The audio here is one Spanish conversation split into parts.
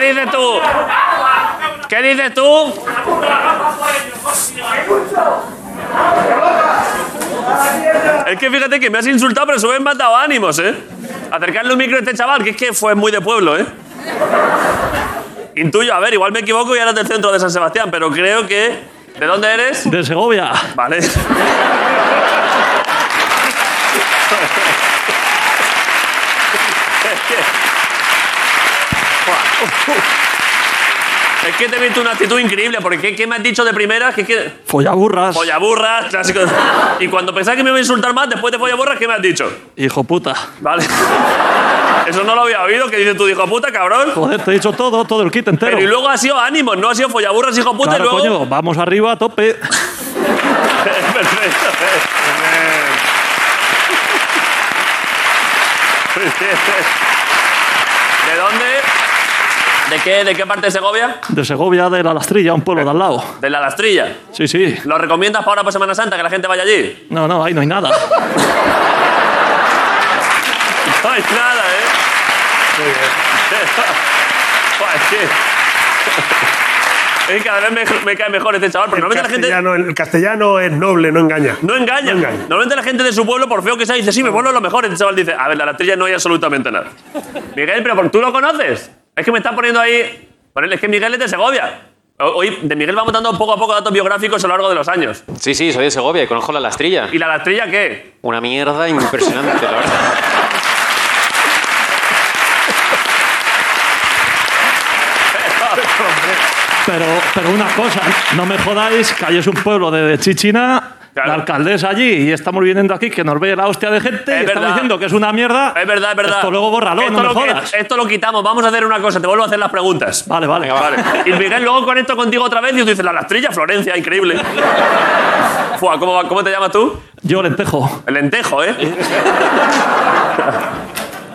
dices tú? ¿Qué dices tú? Es que fíjate que me has insultado, pero se me han matado ánimos, ¿eh? Acercarle un micro a este chaval, que es que fue muy de pueblo, ¿eh? Intuyo, a ver, igual me equivoco y ahora del centro de San Sebastián, pero creo que. ¿De dónde eres? De Segovia. Vale. Es que te he visto una actitud increíble, porque ¿qué, qué me has dicho de primera? Que, que Follaburras. follaburras, clásico. Y cuando pensás que me iba a insultar más, después de follaburras, ¿qué me has dicho? Hijo puta. Vale. Eso no lo había oído, que dice tu hijo puta, cabrón. Joder, te he dicho todo, todo el kit entero. Pero y luego ha sido ánimos, no ha sido follaburras, hijo puta, claro, y luego... coño, vamos arriba a tope. Perfecto. Muy bien. ¿De dónde? ¿De qué, ¿De qué parte de Segovia? De Segovia, de la Lastrilla, un pueblo de al lado. De la Lastrilla. Sí, sí. ¿Lo recomiendas para ahora, para Semana Santa, que la gente vaya allí? No, no, ahí no hay nada. No hay nada, ¿eh? Muy bien. Es que cada vez me, me cae mejor este chaval, porque El normalmente la gente castellano, el castellano es noble, no engaña. no engaña. No engaña. Normalmente la gente de su pueblo, por feo que sea, dice, sí, mi pueblo es lo mejor. Este chaval dice, a ver, la latrilla no hay absolutamente nada. Miguel, pero por- tú lo conoces. Es que me estás poniendo ahí... Ponele, es que Miguel es de Segovia. O- Hoy de Miguel vamos dando poco a poco datos biográficos a lo largo de los años. Sí, sí, soy de Segovia y conozco la lastrilla. ¿Y la latrilla qué? Una mierda impresionante, la verdad. Pero, pero una cosa, no me jodáis, que ahí es un pueblo de, de Chichina, Claro. la alcaldesa allí, y estamos viniendo aquí, que nos ve la hostia de gente, Es y están verdad. diciendo que es una mierda. Es verdad, es verdad. Esto luego bórralo, Esto no me lo que- jodas. Esto lo quitamos. Vamos a hacer una cosa. Te vuelvo a hacer las preguntas. Vale, vale. Vale. Y Miguel, luego conecto contigo otra vez y tú dices, la lastrilla, Florencia, increíble. Fua, ¿cómo, va- ¿Cómo te llamas tú? Yo lentejo. El lentejo, ¿eh?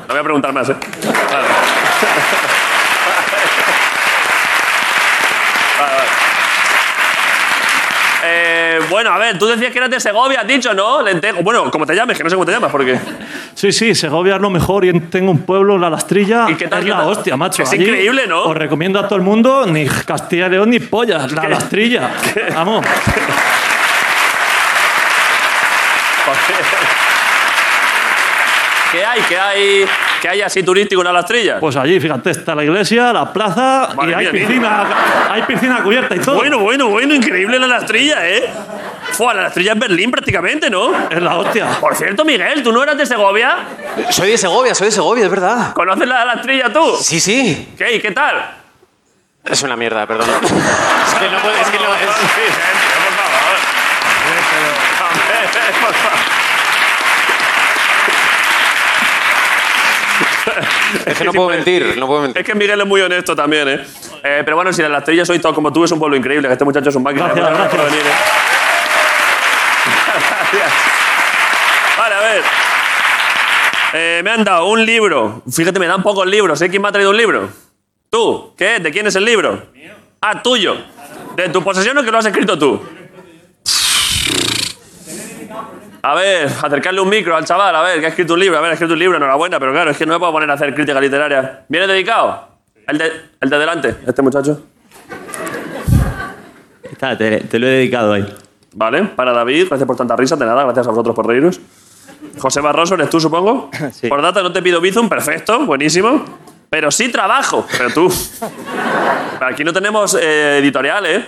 No voy a preguntar más, ¿eh? Vale. Vale, vale. Eh, bueno, a ver, tú decías que eras de Segovia, has dicho, ¿no? Lentejo. Bueno, como te llames, que no sé cómo te llamas, porque... Sí, sí, Segovia es lo mejor y tengo un pueblo, la Lastrilla. ¿Y qué tal, es qué la tal? hostia, macho. Es Allí increíble, ¿no? Os recomiendo a todo el mundo ni Castilla y León ni pollas, la Lastrilla. Vamos. ¿Qué hay? ¿Qué hay, ¿Qué hay así turístico en la lastrilla? Pues allí, fíjate, está la iglesia, la plaza Madre y hay mía, mira. piscina, hay piscina cubierta y todo. Bueno, bueno, bueno, increíble la lastrilla, ¿eh? Fua, la lastrilla es Berlín prácticamente, ¿no? Es la hostia. Por cierto, Miguel, ¿tú no eras de Segovia? Soy de Segovia, soy de Segovia, es verdad. ¿Conoces la lastrilla tú? Sí, sí. ¿Qué? ¿Y qué tal? Es una mierda, perdón. es que no puedo, es que no, Sí, es- gente, por favor. Hombre, por favor. es que no puedo mentir, no puedo mentir. Es que Miguel es muy honesto también, ¿eh? Eh, pero bueno, si la lastrilla soy todo como tú, es un pueblo increíble, que este muchacho es un máquina. Gracias, Muchas por gracias. venir, ¿eh? Gracias. Vale, a ver. Eh, me han dado un libro. Fíjate, me dan pocos libros. ¿eh? quién me ha traído un libro? ¿Tú? ¿Qué? ¿De quién es el libro? Ah, tuyo. ¿De tu posesión o que lo has escrito tú? A ver, acercarle un micro al chaval, a ver, que ha escrito un libro, a ver, ha escrito un libro, enhorabuena, pero claro, es que no me puedo poner a hacer crítica literaria. ¿Viene dedicado? El de, el de delante, este muchacho. Está, te, te lo he dedicado ahí. Vale, para David, gracias por tanta risa, de nada, gracias a vosotros por reíros. José Barroso, eres tú, supongo. Sí. Por data no te pido Bizum, perfecto, buenísimo. Pero sí trabajo, pero tú. Aquí no tenemos eh, editorial, ¿eh?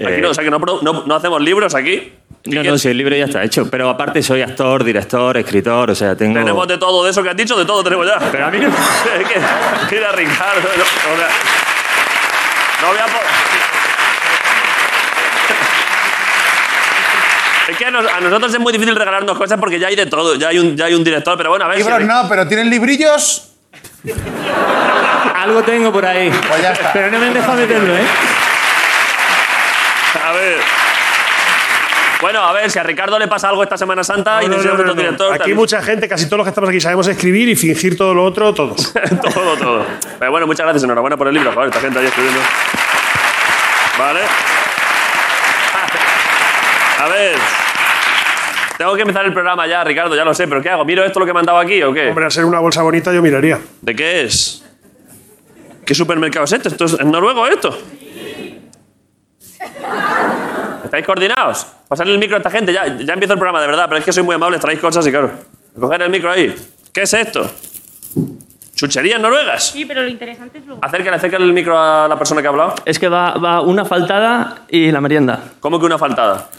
Aquí Eh. no, o sea que no, pro- no- no hacemos libros aquí. No, no, si el libro ya está hecho. Pero aparte soy actor, director, escritor, o sea, tengo... Tenemos de todo de eso que has dicho, de todo tenemos ya. Pero a mí no. Mira, Ricardo. No, o sea, no voy a po- Es que a, nos- a nosotros es muy difícil regalarnos cosas porque ya hay de todo, ya hay un, ya hay un director, pero bueno, a ver. si- Libros no, pero tienen librillos. Algo tengo por ahí. Pues ya está. Pero no me han dejado meterlo, ¿eh? A ver. Bueno, a ver, si a Ricardo le pasa algo esta Semana Santa y No, no, nos no, otro no, no. director. Aquí tal- mucha gente, casi todos los que estamos aquí sabemos escribir y fingir todo lo otro, todos. todo, todo. Pero bueno, muchas gracias, enhorabuena por el libro. Joder, esta gente ahí escribiendo. Vale. A ver. Tengo que empezar el programa ya, Ricardo, ya lo sé, pero ¿qué hago? ¿Miro esto lo que me han dado aquí o qué? Hombre, al ser una bolsa bonita yo miraría. ¿De qué es? ¿Qué supermercado es este? ¿Esto es en noruego esto? ¿Estáis coordinados? Pasarle el micro a esta gente. Ya, ya empiezo el programa, de verdad, pero es que soy muy amable, traéis cosas y claro. Coger el micro ahí. ¿Qué es esto? ¿Chucherías noruegas? Sí, pero lo interesante es lo Acércale, acércale el micro a la persona que ha hablado. Es que va, va una faltada y la merienda. ¿Cómo que una faltada?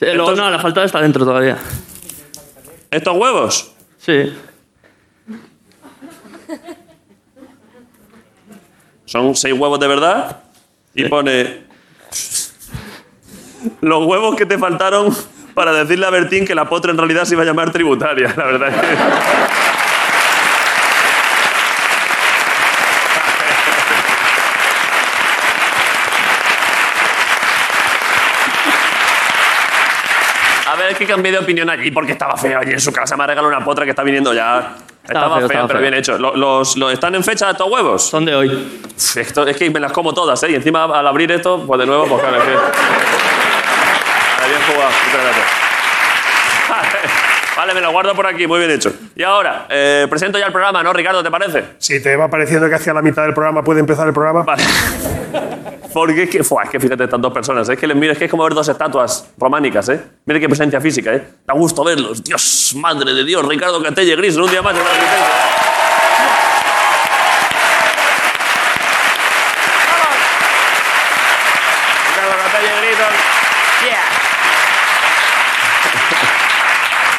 Eh, luego, Entonces- no, la faltada está dentro todavía. ¿Estos huevos? Sí. Son seis huevos de verdad. Y pone... Los huevos que te faltaron para decirle a Bertín que la potra en realidad se iba a llamar tributaria, la verdad. es que- A ver, es que cambié de opinión allí porque estaba feo allí en su casa. Me ha regalado una potra que está viniendo ya. Estaba Estaba, feo, feo, estaba pero feo. bien hecho. Lo- Los, los- ¿Están en fecha estos huevos? Son de hoy. Esto- es que me las como todas, ¿eh? Y encima al abrir esto, pues de nuevo, pues claro, es que... Vale, bien jugado. Muchas gracias. Vale, me lo guardo por aquí. Muy bien hecho. Y ahora, eh, presento ya el programa, ¿no, Ricardo? ¿Te parece? Si te va pareciendo que hacia la mitad del programa puede empezar el programa. Vale. Porque es que, fuah, es que fíjate, están dos personas. ¿eh? Es que les miro, es que es como ver dos estatuas románicas, ¿eh? Mira qué presencia física, ¿eh? Da gusto verlos. Dios, madre de Dios, Ricardo Catelle Gris, en un día más de la resistencia. ¡Vamos! Ricardo Catelle Gris, don-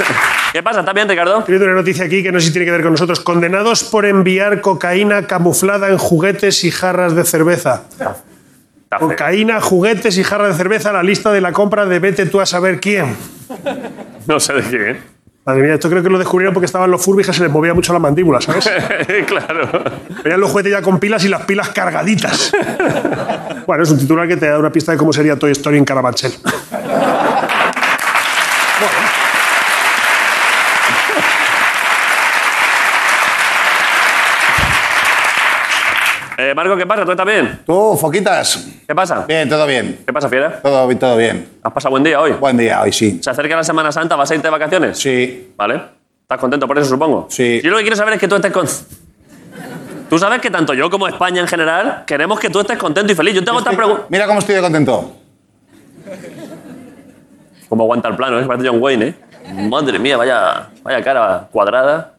Yeah. ¿Qué pasa? ¿Estás bien, Ricardo? Estoy viendo una noticia aquí que no sé si tiene que ver con nosotros. Condenados por enviar cocaína camuflada en juguetes y jarras de cerveza. Está feo. Cocaína, juguetes y jarras de cerveza a la lista de la compra de vete tú a saber quién. No sé de quién, ¿eh? Madre mía, esto creo que lo descubrieron porque estaban los furbis que se les movía mucho la mandíbula, ¿sabes? claro. Venían los juguetes ya con pilas y las pilas cargaditas. Bueno, es un titular que te da una pista de cómo sería Toy Story en Carabanchel. Eh, Marco, ¿qué pasa? ¿Tú estás bien? Tú, Foquitas. ¿Qué pasa? Bien, todo bien. ¿Qué pasa, Fiera? Todo, bi- todo bien. ¿Has pasado buen día hoy? Buen día, hoy sí. Se acerca la Semana Santa, ¿vas a irte de vacaciones? Sí. ¿Vale? ¿Estás contento por eso, supongo? Sí. Yo lo que quiero saber es que tú estés con... Tú sabes que tanto yo como España en general queremos que tú estés contento y feliz. Yo tengo esta pregunta... Mira cómo estoy de contento. Como aguanta el plano, ¿eh? Parece John Wayne, ¿eh? Madre mía, vaya, vaya cara cuadrada.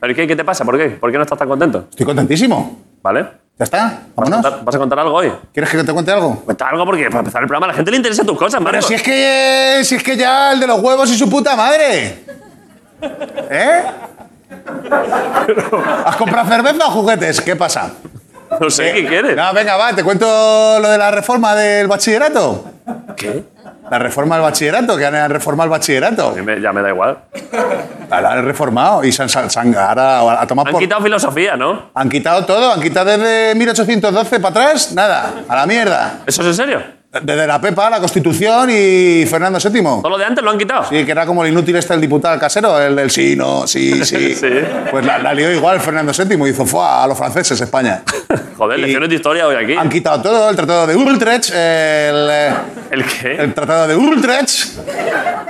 ¿Pero qué, qué te pasa? ¿Por qué? ¿Por qué no estás tan contento? Estoy contentísimo. ¿Vale? ¿Ya está? ¿Vas, a Vámonos. contar, vas a contar algo hoy? ¿Quieres que te cuente algo? Cuenta algo porque para empezar el programa a la gente le interesa tus cosas, Marco. Pero si es que si es que ya el de los huevos y su puta madre. ¿Eh? ¿Has comprado cerveza o juguetes? ¿Qué pasa? No sé qué quieres. No, venga, va, te cuento lo de la reforma del bachillerato. ¿Qué? La reforma del bachillerato, que han reformado el bachillerato. A mí me- ya me da igual. La han reformado y se han, se han- se han- ahora a tomar Han por... quitado filosofía, ¿no? Han quitado todo, han quitado desde 1812 para atrás, nada, a la mierda. ¿Eso es en serio? Desde la Pepa, la Constitución y Fernando VII. Todo lo de antes lo han quitado. Sí, que era como el inútil este el diputado casero, el del sí, no, sí, sí. Sí. Pues la, la lió igual Fernando VII, hizo fue a los franceses España. Joder, Y- Ah, lecciones de historia hoy aquí. Han quitado todo, el tratado de Utrecht, el, eh, ¿El qué? el tratado de Utrecht,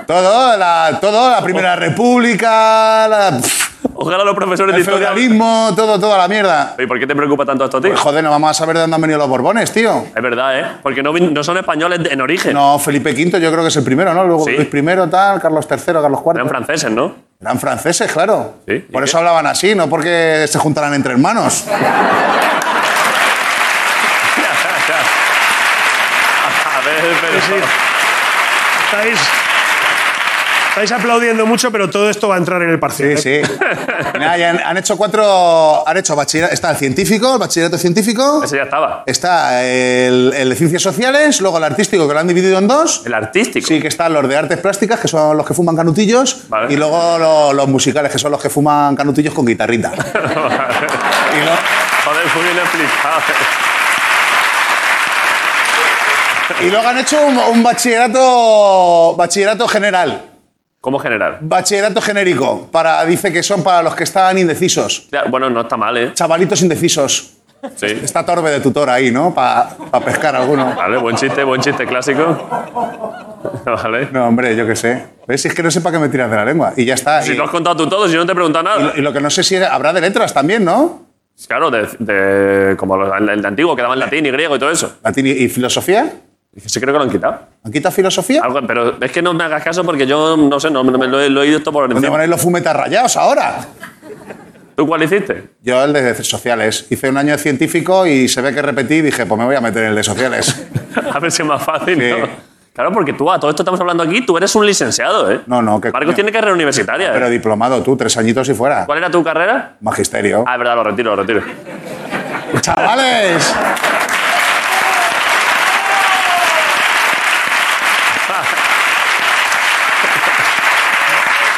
todo, la, todo, la Primera República, la- pf, Ojalá los profesores de el historia. feudalismo, todo, toda la mierda. ¿Y por qué te preocupa tanto esto a ti? Pues, joder, no vamos a saber de dónde han venido los Borbones, tío. Es verdad, ¿eh? Porque no, vin- no son españoles de- en origen. No, Felipe V yo creo que es el primero, ¿no? Luego Sí. Luis I, tal, Carlos III, Carlos IV. Eran franceses, ¿no? Eran franceses, claro. Sí, ¿y Por qué? eso hablaban así, no porque se juntaran entre hermanos. A ver, pero. Sí, sí. Estáis, estáis aplaudiendo mucho, pero todo esto va a entrar en el Sí, parcial. ¿eh? sí. Nada, y han, han hecho cuatro. Han hecho bachillerato. Está el científico, el bachillerato científico. Ese ya estaba. Está el, el de ciencias sociales, luego el artístico, que lo han dividido en dos. El artístico. Sí, que están los de artes plásticas, que son los que fuman canutillos. Vale. Y luego lo- los musicales, que son los que fuman canutillos con guitarrita. Y lo- Joder, muy bien explicado. Y luego han hecho un, un bachillerato, bachillerato general, ¿Cómo general? bachillerato genérico. Para, dice que son para los que están indecisos, Ya, Bueno, no está mal, ¿eh? chavalitos indecisos. Sí. Está Torbe de tutor ahí, ¿no? Para pescar alguno. Vale, buen chiste, buen chiste clásico. Vale. No, hombre, yo qué sé. ¿Ves? Si es que no sé para qué me tiras de la lengua. Y ya está. Si y, lo has contado tú todo, si yo no te he preguntado y nada. lo- y lo que no sé si habrá de letras también, ¿no? Claro, de, de- como los- el, el de antiguo, que daban latín y griego y todo eso. Latín y- ¿Y filosofía? Sí, creo que lo han quitado. ¿Han quitado filosofía? Algo- pero es que no me hagas caso porque yo no sé, no, no me lo, he- lo he ido esto por ¿Dónde encima. ponéis los fumetas rayados ahora? ¿Tú cuál hiciste? Yo el de sociales. Hice un año de científico y se ve que repetí y dije, pues me voy a meter en el de sociales. A ver si es más fácil, Sí. ¿no? Claro, porque tú, a todo esto estamos hablando aquí, tú eres un licenciado, ¿eh? No, no, qué Marcos coño. tiene carrera universitaria, ¿eh? Pero diplomado tú, tres añitos y fuera. ¿Cuál era tu carrera? Magisterio. Ah, es verdad, lo retiro, lo retiro. Ah. ¡Chavales!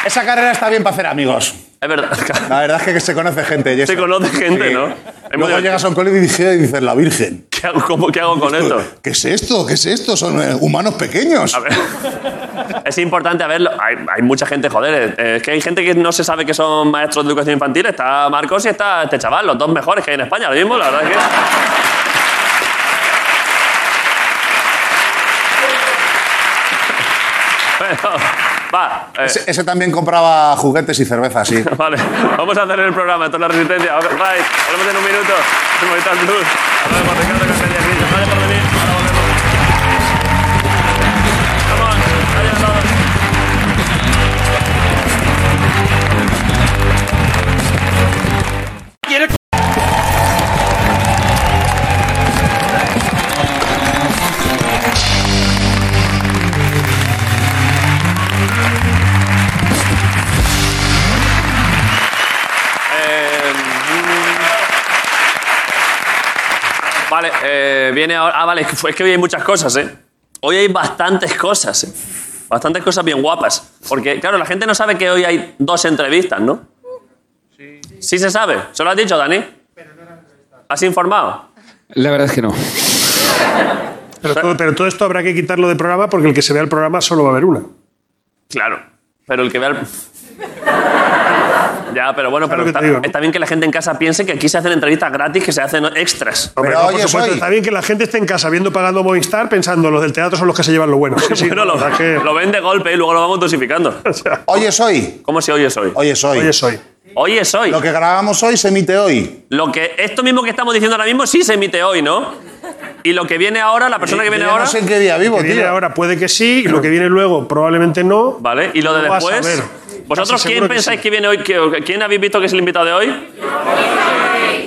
Esa carrera está bien para hacer amigos. Es verdad. La verdad es que se conoce gente. y eso. conoce gente, ¿no? Es muy Luego divertido. llegas a un colegio y dices, y dices, la Virgen. ¿Qué hago, cómo- qué hago con esto? ¿Qué es esto? ¿Qué es esto? Son eh, humanos pequeños. A ver. Es importante, a ver, lo- hay, hay mucha gente, joder, eh, es que hay gente que no se sabe que son maestros de educación infantil. Está Marcos y está este chaval, los dos mejores que hay en España ahora mismo, la verdad es que... Bueno, va. eh, Ese, ese también compraba juguetes y cerveza, sí. Vale, vamos a hacer el programa, esto es la resistencia. Right, volvemos en un minuto. Un momento al blues. Hasta luego, Ricardo Castelli, aquí. Gracias por venir. Ahora volvemos. Come on, adiós a todos. Eh, mm. vale, eh, viene ahora. Ah, vale, es que fue- es que hoy hay muchas cosas, ¿eh? Hoy hay bastantes cosas, ¿eh? Bastantes cosas bien guapas. Porque, claro, la gente no sabe que hoy hay dos entrevistas, ¿no? Sí. Sí se sabe. ¿Se lo has dicho, Dani? ¿Has informado? La verdad es que no. Pero todo, pero todo esto habrá que quitarlo del programa porque el que se vea el programa solo va a ver una. Claro. Pero el que vea el... Ya, pero bueno, pero lo que te está, digo, ¿no? está bien que la gente en casa piense que aquí se hacen entrevistas gratis, que se hacen extras. Hombre, Pero no, por oye, supuesto, soy- está bien que la gente esté en casa viendo pagando Movistar pensando los del teatro son los que se llevan lo bueno. Sí, sí, Bueno, la lo, verdad que- lo ven de golpe y luego lo vamos dosificando. o sea, Hoy es hoy. ¿Cómo se oye hoy? Hoy es hoy. oye, soy. Hoy es hoy. Lo que grabamos hoy se emite hoy. Lo que, esto mismo que estamos diciendo ahora mismo sí se emite hoy, ¿no? Y lo que viene ahora, la Eh, persona que viene Yo ya ahora. No sé en qué día vivo, Que viene tío. ahora puede que sí, y lo que viene luego probablemente no. Vale, y lo de Lo vas a después. ver. ¿Vosotros Casi quién seguro que pensáis sí. que viene hoy? que- ¿Quién habéis visto que es el invitado de hoy?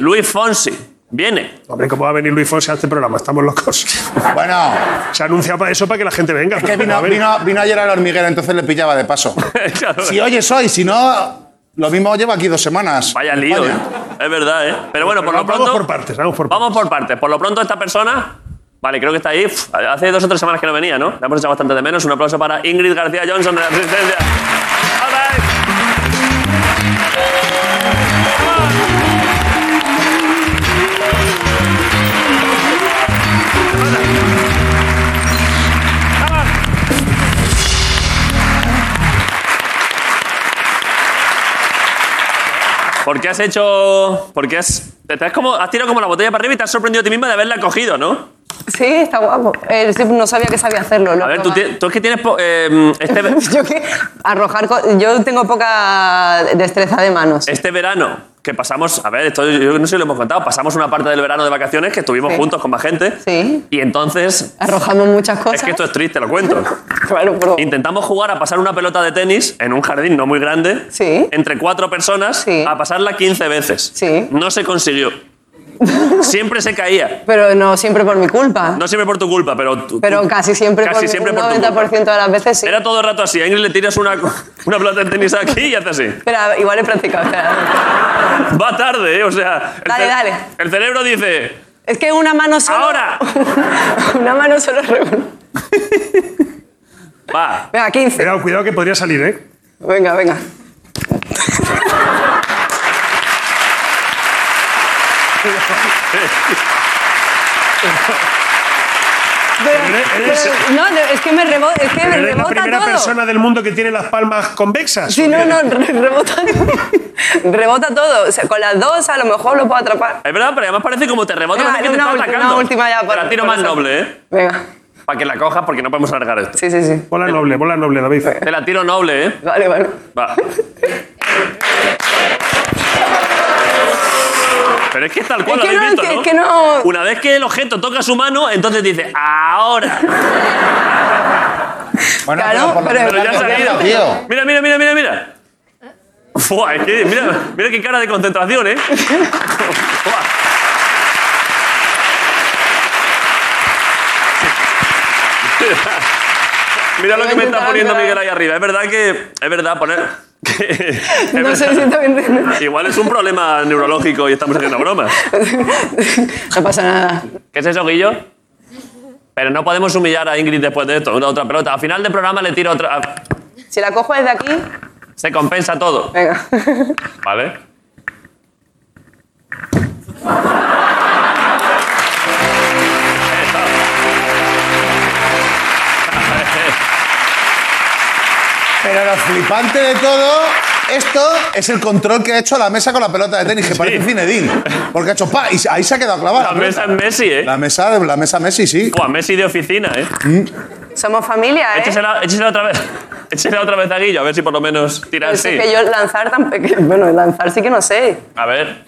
Luis Fonsi. Viene. Hombre, ¿cómo va a venir Luis Fonsi a este programa? Estamos locos. Bueno, Se anuncia pa- eso para que la gente venga. que A vino, ver, vino- vino ayer al hormiguero, entonces le pillaba de paso. Claro. Si hoy es hoy, si no, lo mismo lleva aquí dos semanas. Vaya en lío, ¿eh? España. Es verdad, ¿eh? Pero bueno, por lo vamos pronto. por partes, vamos por Vamos por partes. Por lo pronto, esta persona. Vale, creo que está ahí. Uf, hace dos o tres semanas que no venía, ¿no? La hemos echado bastante de menos. Un aplauso para Ingrid García Johnson de la Resistencia. All right. ¿Por qué has hecho.? ¿Por qué has.? Te te has, como, has tirado como la botella para arriba y te has sorprendido a ti misma de haberla cogido, ¿no? Sí, está guapo. Eh, sí, no sabía que sabía hacerlo. lo A he ver, tú, probado. ti- tú es que tienes. po- eh, este, ve- yo que arrojar. co- Yo tengo poca destreza de manos. este verano, que pasamos. A ver, esto yo no sé si lo hemos contado. Pasamos una parte del verano de vacaciones que estuvimos Sí. juntos con más gente. Sí. Y entonces. Arrojamos muchas cosas. Es que esto es triste, lo cuento. Claro, pero. Intentamos jugar a pasar una pelota de tenis en un jardín no muy grande. Sí. Entre cuatro personas. Sí. A pasarla 15 veces. Sí. No se consiguió. Siempre se caía. Pero no siempre por mi culpa. No siempre por tu culpa, pero. tú- pero tú- casi siempre casi por mi- siempre un por tu 90% culpa. de las veces sí. Era todo el rato así. A Ingrid le tiras una, una pelota de tenis aquí y hace así. Espera, igual he practicado. espera. Va tarde, ¿eh? O sea. el Dale, cere- dale. El cerebro dice. Es que una mano solo. ¡Ahora! una mano solo. es regular. Va. Venga, 15. Cuidado, cuidado que podría salir, ¿eh? Venga, venga. Pero- Eres- eres- pero- no, no, es que me rebota, es que me Eres la rebota primera todo. persona del mundo que tiene las palmas convexas. Sí, no, no, re- rebota, rebota todo. O sea, con las dos a lo mejor lo puedo atrapar. Es verdad, pero además parece como te rebota, Venga, parece que te una está última, atacando. una última ya, Te por- la tiro por más eso. noble, ¿eh? Venga, Para que la cojas, porque no podemos alargar esto. sí, sí, sí. Bola noble, bola noble, David. Te la tiro noble, ¿eh? Vale, vale. Va. Pero es que es tal cual Es que lo habéis no, visto, es ¿no? que- es que no- Una vez que el objeto toca su mano, entonces dice, ahora. Bueno, Claro, pero por lo pero- menos Pero ya lo ha salido. piensas, tío. Mira, mira, mira, mira, mira. Fua, es que, mira, mira qué cara de concentración, ¿eh? Fua. Mira lo que me está poniendo Miguel ahí arriba. Es verdad que. Es verdad, poner. es No sé verdad. si te entiendo. Igual es un problema neurológico y estamos haciendo bromas. No pasa nada. ¿Qué es eso, Guillo? Pero no podemos humillar a Ingrid después de esto. Una otra pelota. Al final del programa le tiro otra. Si la cojo desde aquí, Se compensa todo. venga. ¿Vale? Pero lo flipante de todo, esto es el control que ha hecho la mesa con la pelota de tenis, que parece Zinedine. Porque ha hecho pa, y ahí se ha quedado clavada. La mesa es pelota. Messi, ¿eh? La mesa, la mesa Messi, sí. Buah, Messi de oficina, ¿eh? Somos familia, ¿eh? Échesela, échesela otra vez. Échesela otra vez a Guillo, a ver si por lo menos tira Pues así. es que yo lanzar tan pequeño. Bueno, lanzar sí que no sé. A ver.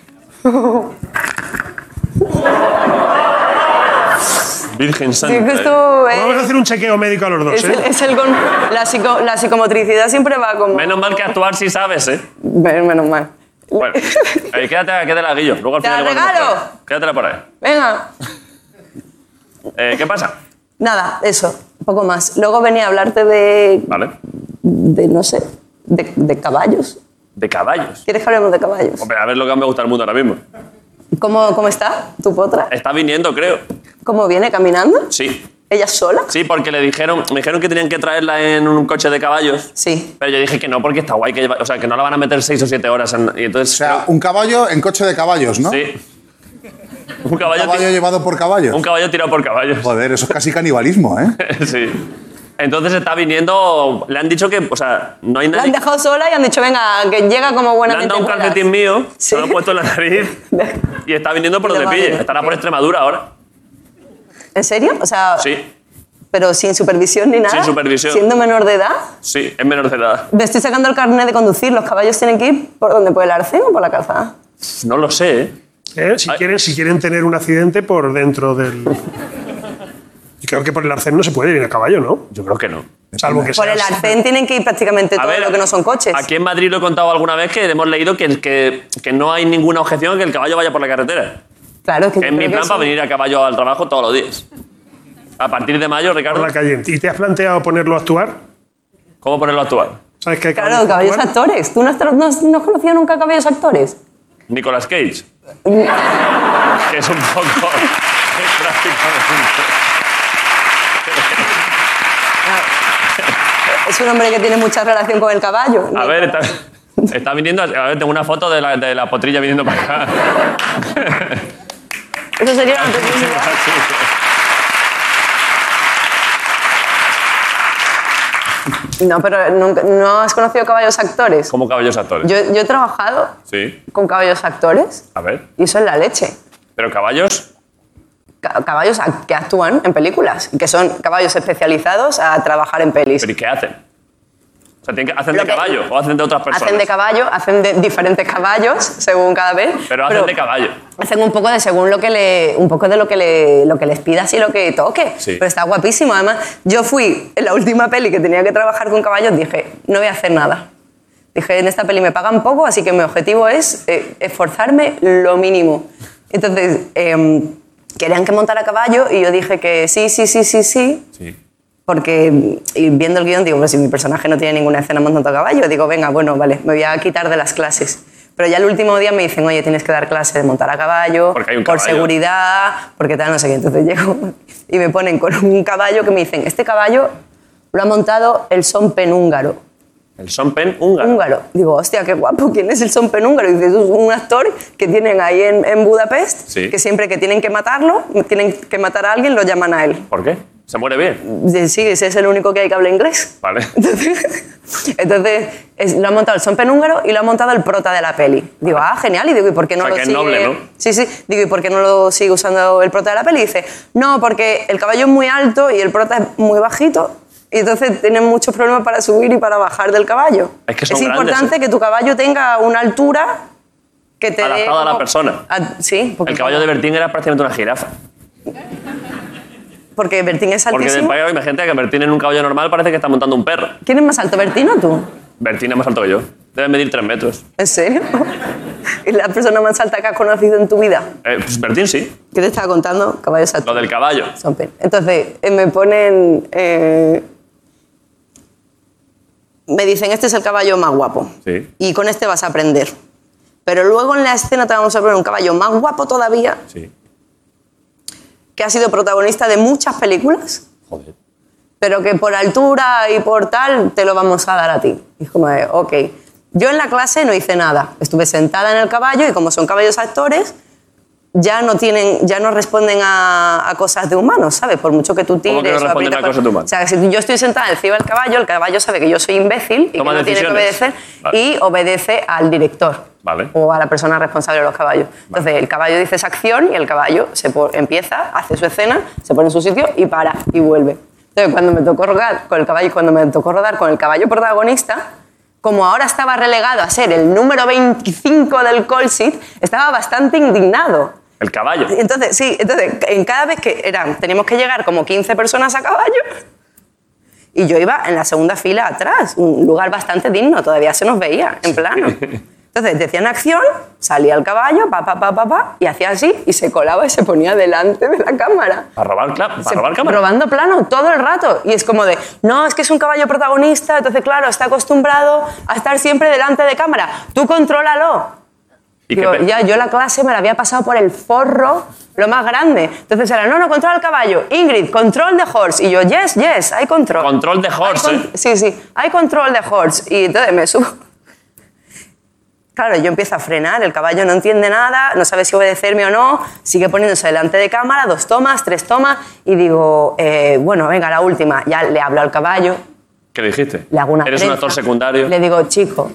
Virgen Sí que Santa. ¿eh? esto Vamos a es, hacer un chequeo médico a los dos, es el, ¿eh? es el con- la, psico- la psicomotricidad siempre va como. Menos mal que actuar sí sabes, ¿eh? Ven, menos mal. Bueno, eh, quédate, quédatela, Guillo. Luego al ¡Te la final le vas a regalo! mostrar. Quédatela por ahí. Venga. Eh, ¿Qué pasa? Nada, eso, un poco más. Luego venía a hablarte de, Vale. de no sé, de, de caballos. De caballos. ¿Quieres que hablemos de caballos? Hombre, a ver lo que más me gusta del mundo ahora mismo. ¿Cómo, cómo está tu potra? Está viniendo, creo. ¿Cómo viene caminando? Sí. ¿Ella sola? Sí, porque le dijeron, me dijeron que tenían que traerla en un coche de caballos. Sí. Pero yo dije que no, porque está guay que lleva- o sea, que no la van a meter seis o siete horas. en- y entonces, O sea, un caballo en coche de caballos, ¿no? sí. Un Un caballo, caballo ti- llevado por caballos. un caballo tirado por caballos. Joder, eso es casi canibalismo, ¿eh? sí. Entonces está viniendo, le han dicho que, o sea, no hay La nadie. han dejado sola y han dicho, venga, que llega como Le buena han dado un calcetín mío, se lo han puesto en la nariz y está viniendo por Y le donde va a pille. venir. Estará por Extremadura ahora. ¿En serio? O sea, Sí, pero sin supervisión ni nada. Sin supervisión. Siendo menor de edad. sí, es menor de edad. Me estoy sacando el carnet de conducir. Los caballos tienen que ir por donde puede el arcén o por la calzada. No lo sé, ¿eh? ¿Eh? Si, Ay. quieren, si quieren tener un accidente por dentro del... Y creo que por el arcén no se puede ir a caballo, ¿no? Yo creo que no. Salvo que Por el seas- arcén tienen que ir prácticamente todo lo que no son coches. Aquí en Madrid lo he contado alguna vez que hemos leído que, que, que no hay ninguna objeción que el caballo vaya por la carretera. Claro, es que yo Es mi creo que plan sí. para venir a caballo al trabajo todos los días. A partir de mayo, por Ricardo, la calle. ¿Y te has planteado ponerlo a actuar? ¿cómo ponerlo a actuar? ¿Sabes que hay Claro, caballos caballos que actúan? actores. ¿Tú no has, tra- no has- no has conocido nunca caballos actores? Nicolas Cage. que es un poco. es prácticamente- Es un hombre que tiene mucha relación con el caballo. A ver, está, está viniendo. A ver, tengo una foto de la, de la potrilla viniendo para acá. Eso sería una oportunidad. No, pero nunca- no has conocido caballos actores. Como caballos actores. Yo, yo he trabajado Sí, con caballos actores a ver. y eso es la leche. Pero caballos. Ca- Caballos a- que actúan en películas, que son caballos especializados a trabajar en pelis. ¿Pero y qué hacen? O sea, tienen que, ¿hacen Lo de que- caballo o hacen de otras personas? Hacen de caballo, hacen de diferentes caballos según cada vez. Pero hacen de caballo. Hacen un poco de según lo que le, un poco de lo que le, lo que les pidas y lo que toque. Sí. Pero está guapísimo. Además, yo fui en la última peli que tenía que trabajar con caballos, dije, no voy a hacer nada. Dije, en esta peli me pagan poco, así que mi objetivo es eh, esforzarme lo mínimo. Entonces, em, querían que montara a caballo y yo dije que sí, sí, sí, sí, sí, porque y viendo el guión digo, pues si mi personaje no tiene ninguna escena montando a caballo, digo, venga, bueno, vale, me voy a quitar de las clases. Pero ya el último día me dicen, oye, tienes que dar clases de montar a caballo, Porque hay un por caballo. seguridad, porque tal, no sé qué. Entonces llego y me ponen con un caballo que me dicen, este caballo lo ha montado el son penúngaro. El son pen húngaro. Húngaro. Digo, hostia, qué guapo, ¿quién es el son penúngaro? Y dices, "Es un actor que tienen ahí en, en Budapest, Sí. que siempre que tienen que matarlo, tienen que matar a alguien, lo llaman a él. ¿Por qué? Se muere bien. Dice, Sí, ese es el único que hay que habla inglés. Vale. Entonces, entonces, es- lo ha montado el son penúngaro y lo ha montado el prota de la peli. Digo, ah, genial. Y digo, ¿y por qué no O sea, lo que es sigue? noble, ¿no? Sí, sí. Digo, ¿y por qué no lo sigue usando el prota de la peli? Y dice, no, porque el caballo es muy alto y el prota es muy bajito. Y entonces tienen muchos problemas para subir y para bajar del caballo. Es que son grandes, importante ¿eh? que tu caballo tenga una altura que te dé Adaptado a la como- persona. a- sí, porque, El caballo de Bertín era prácticamente una jirafa. porque Bertín es Porque del altísimo. payo, imagínate que Bertín en un caballo normal parece que está montando un perro. ¿Quién es más alto, Bertín o tú? Bertín es más alto que yo. Debe medir tres metros. ¿En serio? ¿Es la persona más alta que has conocido en tu vida? Eh, pues Bertín sí, ¿Qué te estaba contando? Caballos altos. lo del caballo. Son pe- Entonces, eh, me ponen... eh, me dicen, este es el caballo más guapo. Sí. Y con este vas a aprender. Pero luego en la escena te vamos a poner un caballo más guapo todavía, Sí. que ha sido protagonista de muchas películas, Joder. pero que por altura y por tal te lo vamos a dar a ti. Y es como, de, ok. Yo en la clase no hice nada. Estuve sentada en el caballo y como son caballos actores, ya no, tienen, ya no responden a, a cosas de humanos, ¿sabes? Por mucho que tú tires... ¿Cómo que no o responden aprietes a con- cosas de humanos? O sea, si yo estoy sentada encima del caballo, el caballo sabe que yo soy imbécil y Toma que no tiene que decisiones. obedecer Vale. y obedece al director Vale. o a la persona responsable de los caballos. Entonces, el caballo dice esa acción y el caballo se po- empieza, hace su escena, se pone en su sitio y para y vuelve. Entonces, cuando me tocó rodar con el caballo, cuando me tocó rodar con el caballo protagonista, como ahora estaba relegado a ser el número 25 del call sheet, estaba bastante indignado. El caballo. Entonces, sí, entonces, en cada vez que eran, teníamos que llegar como 15 personas a caballo. Y yo iba en la segunda fila atrás, un lugar bastante digno, todavía se nos veía, en plano. Entonces decían acción, salía el caballo, pa, pa, pa, pa, pa, y hacía así, y se colaba y se ponía delante de la cámara. Para robar, cla- Se- para robar cámara. Robando plano todo el rato. Y es como de, no, es que es un caballo protagonista, entonces claro, está acostumbrado a estar siempre delante de cámara. Tú contrólalo. ¿Y Digo, qué pe- ya, yo la clase me la había pasado por el forro, lo más grande. Entonces era, no, no, controla el caballo. Ingrid, control de horse. Y yo, yes, yes, hay control. Control de horse, Hay ¿eh? Sí, sí, hay control de horse. Y entonces me subo. Claro, yo empiezo a frenar, el caballo no entiende nada, no sabe si obedecerme o no, sigue poniéndose delante de cámara, dos tomas, tres tomas, y digo, eh, bueno, venga, la última. Ya le hablo al caballo, ¿Qué le dijiste? le hago una Eres un trenza. actor secundario. Le digo, chico,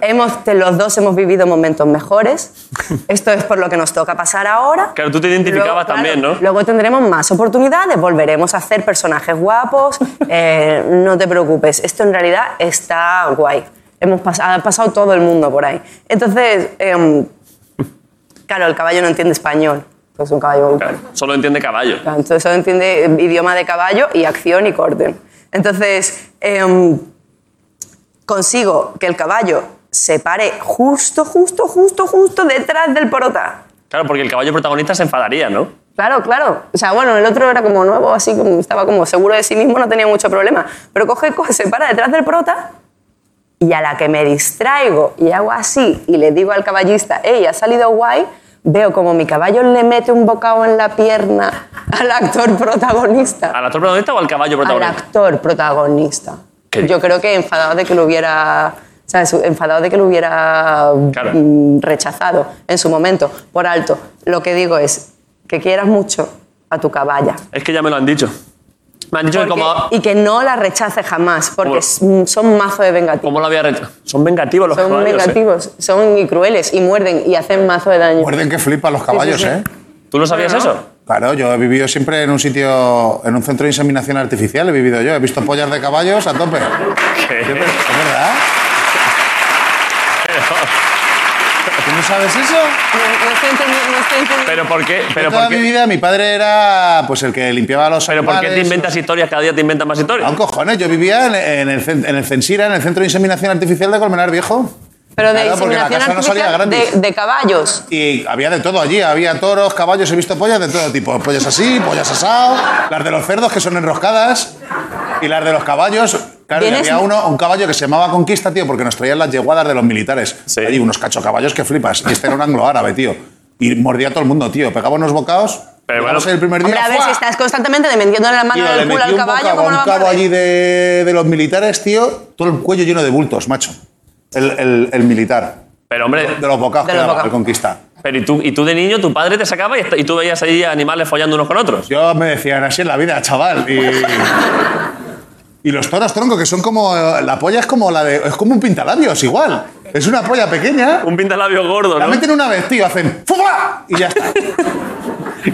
hemos, te- los dos hemos vivido momentos mejores. Esto es por lo que nos toca pasar ahora. Claro, tú te identificabas claro, también, ¿no? Luego tendremos más oportunidades, volveremos a hacer personajes guapos. eh, no te preocupes, esto en realidad está guay. Hemos pas- ha pasado todo el mundo por ahí. Entonces, em, claro, el caballo no entiende español. Es un caballo Claro, Solo entiende caballo. Claro, Entonces solo entiende eh, idioma de caballo y acción y corte. Entonces em, consigo que el caballo se pare justo, justo, justo, justo detrás del porota. Claro, porque el caballo protagonista se enfadaría, ¿no? Claro, claro. O sea, bueno, el otro era como nuevo, así como estaba como seguro de sí mismo, no tenía mucho problema. Pero coge, coge, se para detrás del prota y a la que me distraigo y hago así y le digo al caballista, hey, ha salido guay, veo como mi caballo le mete un bocado en la pierna al actor protagonista. ¿Al actor protagonista o al caballo Al protagonista? actor protagonista. ¿Qué Yo creo que enfadado de que lo hubiera... ¿Sabes? Enfadado de que lo hubiera Claro. mm, rechazado en su momento, por alto. Lo que digo es que quieras mucho a tu caballa. Es que ya me lo han dicho. Me han dicho que Porque- como, Y que no la rechace jamás, porque Como- s- son mazo de vengativos. como lo había rechazado. Son vengativos los Son caballos. ¿eh? vengativos, son y crueles, y muerden, y hacen mazo de daño. Muerden que flipan los caballos, sí. ¿eh? ¿Tú lo sabías Bueno, eso? Claro, yo he vivido siempre en un sitio, en un centro de inseminación artificial, he vivido yo. He visto pollas de caballos a tope. ¿Qué? ¿Es verdad? ¿Tú no sabes eso? No, no estoy entendiendo- no estoy entendiendo. Pero por qué, pero Yo toda por mi qué, vida mi padre era pues el que limpiaba los pero por qué te animales, inventas historias? Cada día te inventas más historias. Ah, cojones, yo vivía en, en el, cen- en el Censira, en el Centro de Inseminación Artificial de Colmenar Viejo. Pero de Claro, porque la inseminación casa no salía artificial gratis. de, de caballos. Y había de todo allí, había toros, caballos, he visto pollas de todo tipo. Pollas así, pollas asado, las de los cerdos que son enroscadas y las de los caballos. Claro, y ¿Tienes- había uno, un caballo que se llamaba Conquista, tío, porque nos traían las yeguadas de los militares. Sí. Allí unos cachocaballos que flipas. Y este era un anglo árabe, tío. Y mordía a todo el mundo, tío. Pegaba unos bocados. Pero llegamos bueno. el primer día. Hombre, a ver ¡fua! si estás constantemente metiéndole la mano Tío, en le el culo metí al un caballo, bocado ¿cómo a no va un a cabo morder? allí de, de los militares, tío. Todo el cuello lleno de bultos, macho. El, el- el militar. Pero hombre, De los bocados De que los daba bocados. el conquista. pero ¿y tú, y tú de niño, tu padre te sacaba y, y tú veías ahí animales follando unos con otros. Yo me decían, así es la vida, chaval. Y, y los toros tronco, que son como. eh, La polla es como la de. Es como un pintalabios, igual. Es una polla pequeña. Un pintalabio gordo, La ¿no? meten una vez, tío, hacen ¡fua! y ya está.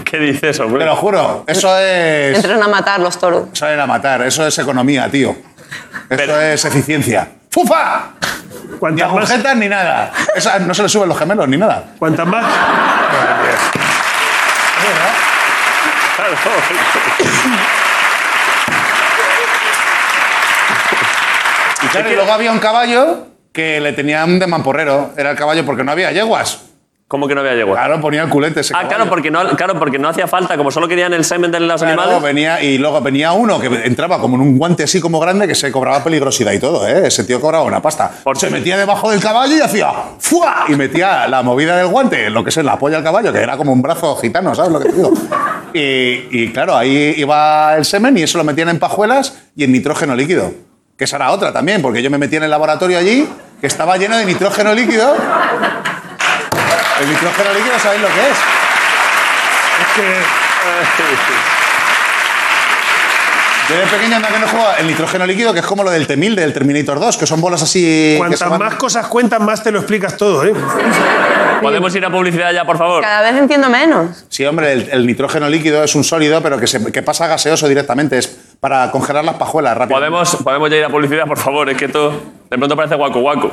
¿Qué dices, Te hombre? lo juro, eso es. Entran a matar los toros. Eso era matar, eso es economía, tío. Eso Pero- es eficiencia. ¡Fufa! Ni Cuantas más, agujetas ni nada. Esa- no se le suben los gemelos ni nada. cuantas más, Claro. Y claro, y luego había un caballo que le tenían de mamporrero. Era el caballo porque no había yeguas. ¿Cómo que no había llegado? Claro, ponía el culete ese Ah, caballo. claro porque, no, claro, porque no hacía falta, como solo querían el semen de los Claro, animales. venía, y luego venía uno que entraba como en un guante así como grande que se cobraba peligrosidad y todo, ¿eh? Ese tío cobraba una pasta. Por- se metía debajo del caballo y hacía ¡fua! Y metía la movida del guante, lo que es la polla al caballo, que era como un brazo gitano, ¿sabes lo que te digo? Y, y claro, ahí iba el semen y eso lo metían en pajuelas y en nitrógeno líquido. Que esa era otra también, porque yo me metí en el laboratorio allí que estaba lleno de nitrógeno líquido. El nitrógeno líquido, ¿sabéis lo que es? Yo de pequeño andaba que no jugaba el nitrógeno líquido, que es como lo del T-1000 del Terminator 2, que son bolas así... que se cuantas van- más cosas cuentas, más te lo explicas todo, ¿eh? Podemos ir a publicidad ya, por favor. Cada vez entiendo menos. Sí, hombre, el, el nitrógeno líquido es un sólido, pero que, se, que pasa gaseoso directamente. Es para congelar las pajuelas rápido. Podemos, podemos ya ir a publicidad, por favor. Es que esto de pronto parece guaco guaco.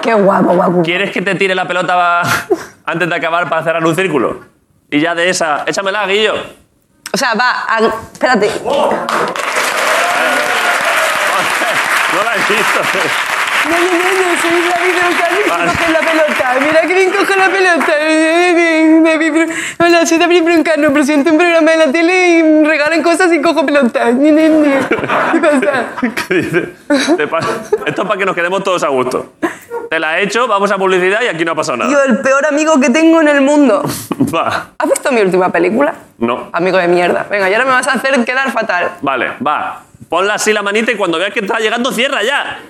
Qué guapo, guapo. ¿Quieres que te tire la pelota antes de acabar para cerrar un círculo? Y ya de esa, échamela, Guillo. O sea, va, a- espérate. No la he visto. No, no, no, no, soy David Roncalli, Vale. coge la pelota. Mira que bien coge la pelota. David Bron- Hola, soy David Broncano, presento un programa de la tele y me regalan cosas y cojo pelota. Ni, ni, ni. ¿Qué pasa? ¿Qué dices? Te pa- Esto es para que nos quedemos todos a gusto. Te la he hecho, vamos a publicidad y aquí no ha pasado nada. Yo, el peor amigo que tengo en el mundo. Va. ¿Has visto mi última película? No. Amigo de mierda. Venga, y ahora me vas a hacer quedar fatal. Vale, va. Ponla así la manita y cuando veas que está llegando, cierra ya.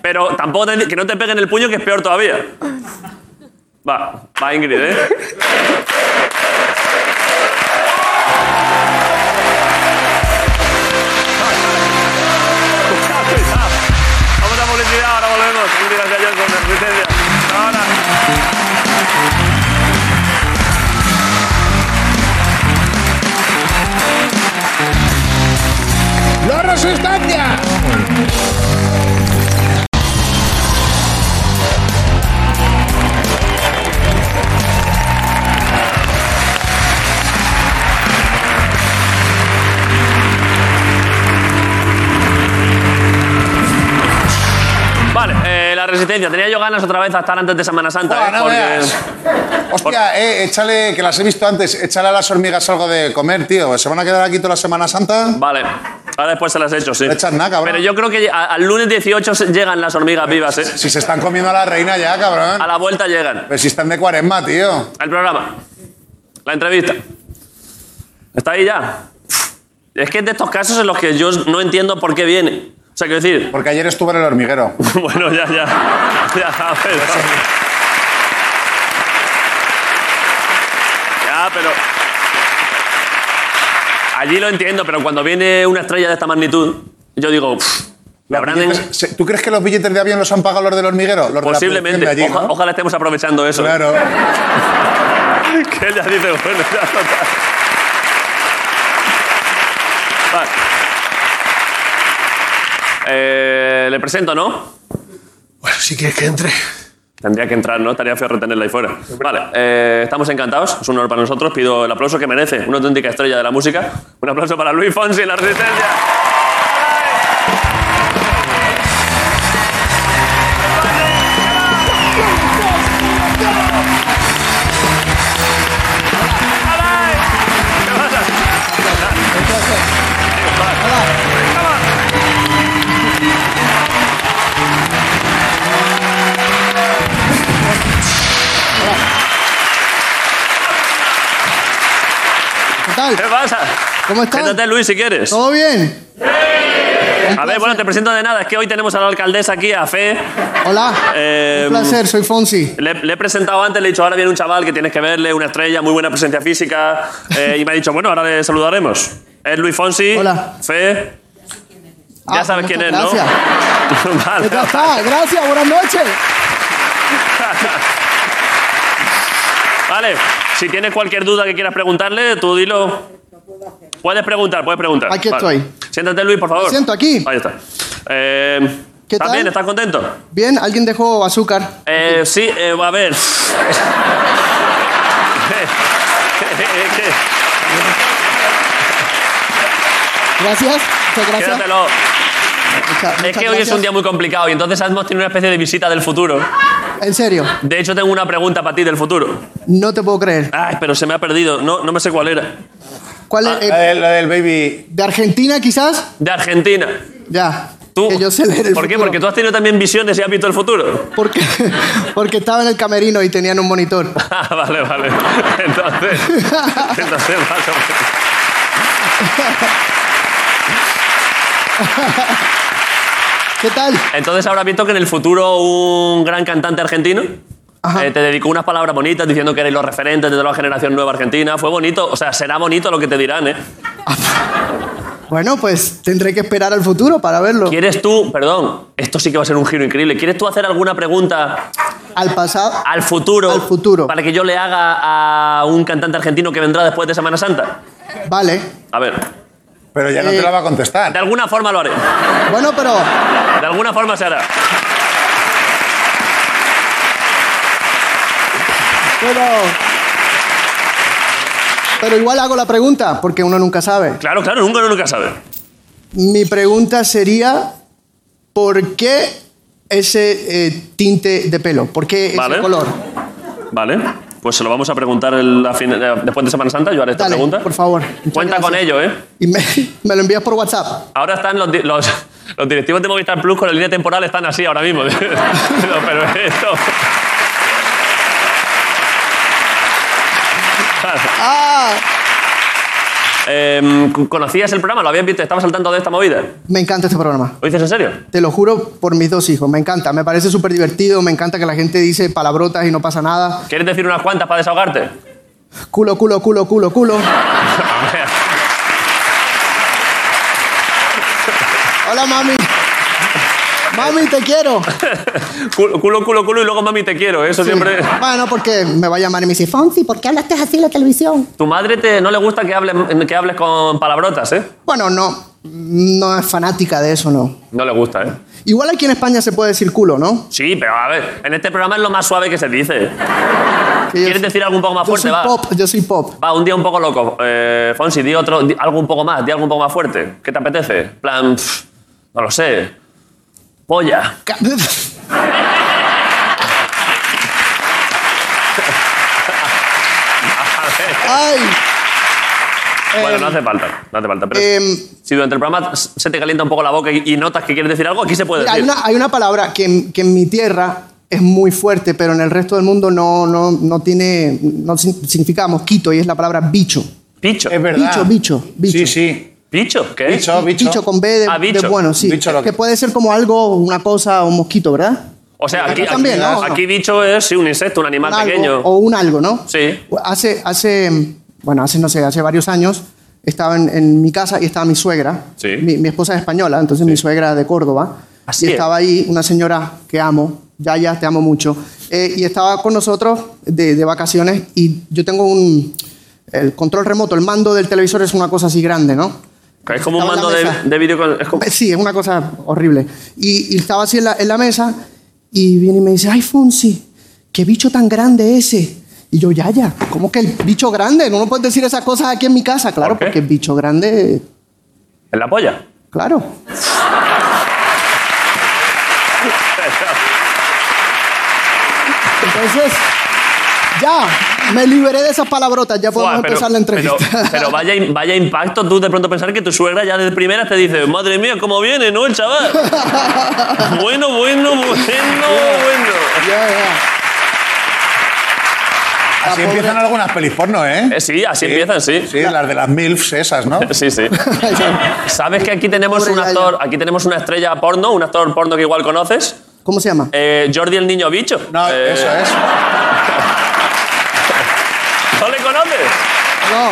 Pero tampoco te- que no te peguen el puño, que es peor todavía. Va, va Ingrid, ¿eh? Vamos a publicidad, ahora volvemos. Ingrid Arcayón con Resistencia. Hasta Ahora. ¡La resistencia! Vale, eh, la resistencia. Tenía yo ganas otra vez a estar antes de Semana Santa. Buah, eh, no porque- veas. Hostia, eh, échale, que las he visto antes, échale a las hormigas algo de comer, tío. ¿Se van a quedar aquí toda la Semana Santa? Vale, ahora después se las he hecho, sí. No echas nada, cabrón. Pero yo creo que a- al lunes 18 se- llegan las hormigas vivas, ¿eh? Si se están comiendo a la reina ya, cabrón. A la vuelta llegan. Pero si están de cuaresma, tío. El programa. La entrevista. Está ahí ya. Es que es de estos casos en los que yo no entiendo por qué viene. O sea, quiero decir, Porque ayer estuve en el hormiguero. bueno, ya, ya. Ya, a ver, Ya, pero. Allí lo entiendo, pero cuando viene una estrella de esta magnitud, yo digo, "Uf, le Los habrán en- billetes- se- ¿Tú crees que los billetes de avión los han pagado los del hormiguero? Los de la Posiblemente. producción de allí, Oja- ¿no? Ojalá estemos aprovechando eso. Claro. que ella dice, bueno, ya total. Vale. Eh, le presento, ¿no? Bueno, si quieres que entre. Tendría que entrar, ¿no? Estaría feo retenerla ahí fuera. Vale, eh, estamos encantados. Es un honor para nosotros. Pido el aplauso que merece. Una auténtica estrella de la música. Un aplauso para Luis Fonsi en la resistencia. ¿Qué tal? ¿Qué pasa? ¿Cómo estás? Siéntate, Luis, si quieres. ¿Todo bien? A ver, bueno, te presento de nada. Es que hoy tenemos a la alcaldesa aquí, a Fe. Hola. Eh, Un placer, soy Fonsi. Le, le he presentado antes, le he dicho, ahora viene un chaval que tienes que verle, una estrella, muy buena presencia física. eh, y me ha dicho, bueno, ahora le saludaremos. Es Luis Fonsi. Hola. Fe. Ya Ah, sabes ¿cómo quién es, estás? ¿no? Gracias. vale. Ya está, gracias, buenas noches. Vale. Si tienes cualquier duda que quieras preguntarle, tú dilo. Puedes preguntar, puedes preguntar. Aquí Vale. estoy. Siéntate, Luis, por favor. Me siento aquí. Ahí está. Eh, ¿Qué ¿Estás bien? tal? ¿Estás contento? Bien, alguien dejó azúcar. Eh, sí, eh, a ver. Gracias. Muchas gracias. Quédatelo. Mucha- Es muchas que hoy es gracias. un día muy complicado y entonces hemos tenido una especie de visita del futuro. En serio, De hecho, tengo una pregunta para ti del futuro. no te puedo creer. Ay, pero se me ha perdido. No, no me sé cuál era. ¿Cuál es? Ah, La eh, del, la del baby. ¿De Argentina quizás? De Argentina. Ya. Tú. Que yo sé leer el ¿Por qué? futuro. Porque tú has tenido también visiones y has visto el futuro. Porque, porque estaba en el camerino y tenían un monitor. Ah, vale, vale. Entonces. Entonces, más o menos. ¿Qué tal? Entonces habrás visto que en el futuro un gran cantante argentino Ajá. eh, te dedicó unas palabras bonitas diciendo que eres los referentes de toda la generación nueva argentina. Fue bonito, o sea, será bonito lo que te dirán, ¿eh? Bueno, pues tendré que esperar al futuro para verlo. ¿Quieres tú, perdón, esto sí que va a ser un giro increíble, ¿quieres tú hacer alguna pregunta Al pasado. al futuro? Al futuro. Para que yo le haga a un cantante argentino que vendrá después de Semana Santa. Vale. A ver, Pero ya no Eh, te la va a de contestar. alguna forma lo haré. Bueno, pero De alguna forma se hará. pero pero igual hago la pregunta porque uno nunca sabe. Claro, claro, nunca, uno nunca sabe. Mi pregunta sería ¿por qué ese eh, tinte de pelo? ¿Por qué ese Vale. color? Vale, pues se lo vamos a preguntar el- a fin- eh, después de Semana Santa. Yo haré esta Dale, pregunta. por favor. Muchas Cuenta con gracias. ello, ¿eh? Y me, me lo envías por WhatsApp. Ahora están los, di- los, los directivos de Movistar Plus con la línea temporal, están así ahora mismo. No, pero esto. Em, ¿Conocías el programa? ¿Lo habías visto? ¿Estabas saltando de esta movida? Me encanta este programa. ¿Lo dices en serio? Te lo juro por mis dos hijos. Me encanta. Me parece súper divertido. Me encanta que la gente dice palabrotas y no pasa nada. ¿Quieres decir unas cuantas para desahogarte? Culo, culo, culo, culo, culo. Hola, mami. Mami, te quiero. Culo, culo, culo, culo y luego mami te quiero. ¿eh? Eso siempre. Bueno, porque me va a llamar y me dice, Fonsi, ¿por qué hablaste así en la televisión? Tu madre te, no le gusta que hables, que hables con palabrotas, ¿eh? Bueno, no. No es fanática de eso, no. No le gusta, ¿eh? Igual aquí en España se puede decir culo, ¿no? Sí, pero a ver, en este programa es lo más suave que se dice. Que yo- ¿Quieres decir algo un poco más Yo fuerte? soy Va. pop, yo soy pop. Va, un día un poco loco. Eh, Fonsi, di otro, di algo un poco más, di algo un poco más fuerte. ¿Qué te apetece? Plan, pf, no lo sé. Polla. Ca- Ay, bueno, no hace falta, no hace falta. Pero em, si durante el programa s- se te calienta un poco la boca y, y notas que quieres decir algo, aquí se puede mira, hay, decir. una, hay una palabra que, en- que en mi tierra es muy fuerte, pero en el resto del mundo no, no, no tiene no sin- significa mosquito y es la palabra bicho. Picho. Eh, Es verdad. Bicho, bicho, bicho. Eh, Sí, sí. ¿Picho? ¿Qué? Bicho, bicho. Bicho con B de, Ah, bicho. de bueno, sí. Bicho lo que que- puede ser como algo, una cosa, un mosquito, ¿verdad? O sea, Acá aquí, también, aquí- ¿no? aquí bicho es sí, un insecto, un animal Un algo, pequeño. o un algo, ¿no? Sí. Hace, hace, bueno, hace, no sé, hace varios años estaba en, en mi casa y estaba mi suegra. Sí. Mi, mi esposa es española, entonces mi suegra de Córdoba. Así y es. estaba ahí una señora que amo, Yaya, te amo mucho. eh, y estaba con nosotros de, de vacaciones y yo tengo un... El control remoto, el mando del televisor es una cosa así grande, ¿no? Es como un Estaba en mando la de, mesa. de vídeo. con- Es como, Sí, es una cosa horrible. Y, y estaba así en la, en la mesa y viene y me dice, ay Fonsi, qué bicho tan grande ese. Y yo, ya, ya, ¿cómo que el bicho grande? No, no puedes decir esas cosas aquí en mi casa, claro, ¿Por qué? porque el bicho grande, en la polla. claro. Entonces, ya, me liberé de esas palabrotas, ya podemos Buah, pero- empezar la entrevista. Pero, pero vaya, im- vaya impacto tú de pronto pensar que tu suegra ya de primeras te dice, madre mía, ¿cómo viene, no, el chaval? bueno, bueno, bueno, bueno. Ya, ya. Así empiezan algunas pelis porno, ¿eh? Eh, sí, así empiezan, sí. Sí, las de las MILFs esas, ¿no? Sí, sí. ¿Sabes que aquí tenemos Pobre un Yaya. actor, aquí tenemos una estrella porno, un actor porno que igual conoces? ¿Cómo se llama? Eh, Jordi el niño bicho. No, Eh, eso es. ¿No le conoces? No.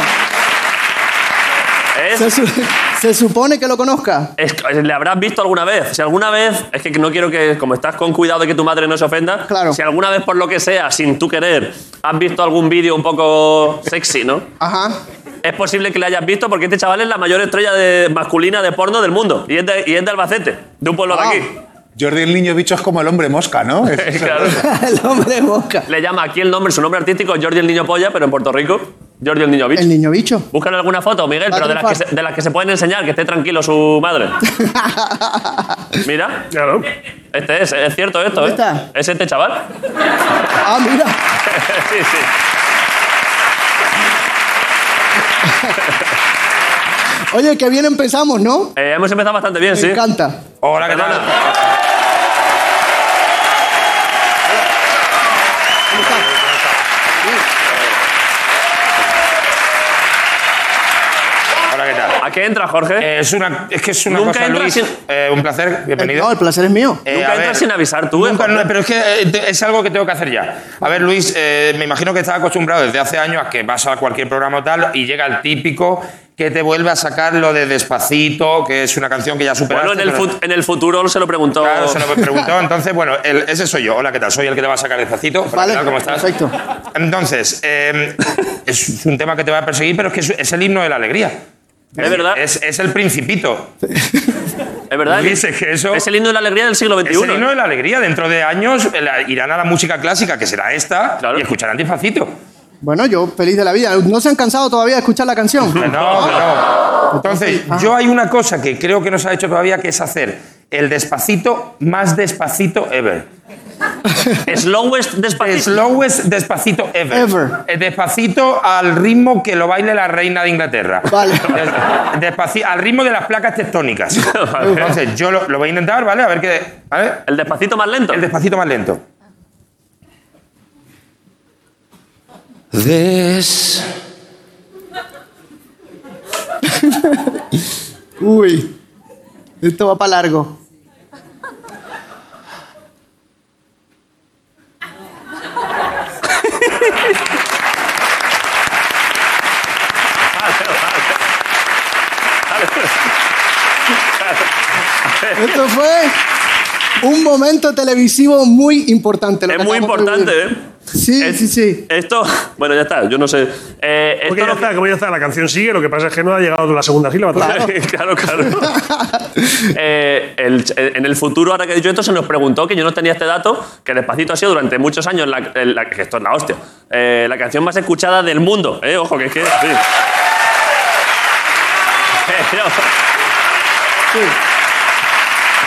Es- Se, su- se supone que lo conozca. es que le habrás visto alguna vez. Si alguna vez, es que no quiero que, como estás con cuidado de que tu madre no se ofenda, Claro. si alguna vez por lo que sea, sin tú querer, has visto algún vídeo un poco sexy, ¿no? Ajá. Es posible que le hayas visto porque este chaval es la mayor estrella de- masculina de porno del mundo. Y es de, y es de Albacete, de un pueblo Wow. de aquí. Jordi el niño bicho es como el hombre mosca, ¿no? Es- es- Claro. El hombre mosca. Le llama aquí el nombre, su nombre artístico, Jordi el Niño Polla, pero en Puerto Rico, Jordi el Niño El Bicho. niño bicho. Búscale alguna foto, Miguel, Va a pero de las, que triunfar. se, de las que se pueden enseñar, que esté tranquilo su madre. Mira, Claro. este es, es cierto esto, ¿Dónde ¿eh? está? Es este chaval. Ah, mira. sí, sí. Oye, que bien empezamos, ¿no? Eh, hemos empezado bastante bien, Me sí. encanta. Hola, ¿qué Perdona. tal? Hola, ¿qué tal? ¿A qué entra, Jorge? Eh, es, una, es que es una Nunca cosa, entras Luis. sin- Eh, un placer, bienvenido. No, el placer es mío. Eh, Nunca a entras ver, sin avisar tú, ¿eh, nunca, Jorge? no, pero es que eh, te- es algo que tengo que hacer ya. A ver, Luis, eh, me imagino que estás acostumbrado desde hace años a que vas a cualquier programa o tal y llega el típico que te vuelve a sacar lo de Despacito, que es una canción que ya superaste. Bueno, en el, pero- fut- en el futuro se lo preguntó. Claro, se lo preguntó. Entonces, bueno, el- ese soy yo. Hola, ¿qué tal? Soy el que te va a sacar despacito. Hola, ¿qué Vale, tal? ¿Cómo estás? perfecto. Entonces, eh, es un tema que te va a perseguir, pero es que es, es el himno de la alegría. Es verdad. Es, es el principito. es verdad. Luis, es que eso- Es el himno de la alegría del siglo Es XXI. el himno de la alegría. Dentro de años eh, la- irán a la música clásica, que será esta, Claro. y escucharán despacito. Bueno, yo feliz de la vida. No se han cansado todavía de escuchar la canción. Ah. Que No, que no. Entonces, yo hay una cosa que creo que no se ha hecho todavía, que es hacer el despacito más despacito ever. Slowest The despacito. slowest despacito ever. Ever. Eh, Despacito al ritmo que lo baile la reina de Inglaterra. Vale. Des- despaci- al ritmo de las placas tectónicas. Entonces, yo lo, lo voy a intentar, ¿vale? A ver qué. ¿Vale? El despacito más lento. El despacito más lento. Des. Uy, esto va para largo. Esto fue un momento televisivo muy importante. lo que es muy acabamos de importante, vivir. ¿eh? Sí, Es- sí, sí. Esto, bueno, ya está, yo no sé. Eh, Porque esto lo ya que- está, como ya está, la canción sigue, lo que pasa es que no ha llegado la segunda sílaba. todavía. Claro, claro. Eh, el- en el futuro, ahora que he dicho esto, se nos preguntó que yo no tenía este dato, que Despacito ha sido durante muchos años la, el- la- que esto es la hostia, eh, la canción más escuchada del mundo. Eh, ojo, que es que... sí. Pero,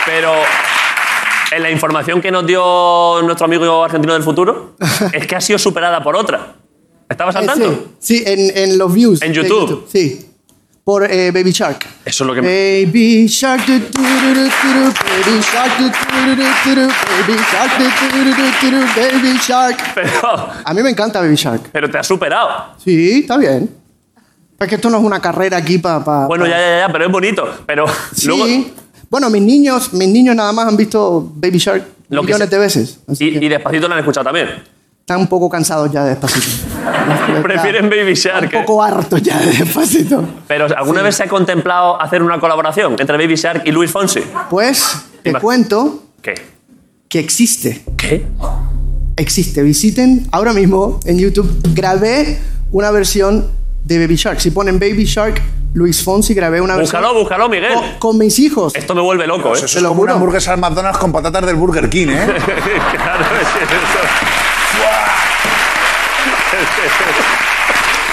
pero en la información que nos dio nuestro amigo argentino del futuro, es que ha sido superada por otra. ¿Estabas al Eh, tanto? Sí, sí, en, en los views. En de YouTube. Sí. Por eh, Baby Shark. Eso es lo que me- Baby Shark. du, du, du, du, du, du, Baby Shark. du, du, du, du, du, Baby Shark. du, du, du, du, du, du, Baby Shark. Pero, A mí me encanta Baby Shark. pero te ha superado. Sí, está bien. Es que esto no es una carrera aquí para. Bueno, ya, ya, ya, pero es bonito. Pero Sí. luego, Bueno, mis niños, mis niños nada más han visto Baby Shark Lo que millones se- de veces. Así Y, que y despacito la han escuchado también. están un poco cansados ya de despacito. Ya- Prefieren Baby Shark. Un ¿eh? poco hartos ya de despacito. Pero ¿alguna vez se ha contemplado hacer una colaboración entre Baby Shark y Luis Fonsi? Pues te Ima- cuento ¿Qué? que existe. ¿Qué? Existe. Visiten ahora mismo en YouTube. Grabé una versión de Baby Shark. Si ponen Baby Shark, Luis Fonsi, grabé una Búscalo, versión. búscalo, Miguel. Con, con mis hijos. Esto me vuelve loco, ¿eh? Eso Te es lo como una juro. hamburguesa al McDonald's con patatas del Burger King, ¿eh? Claro, es que eso-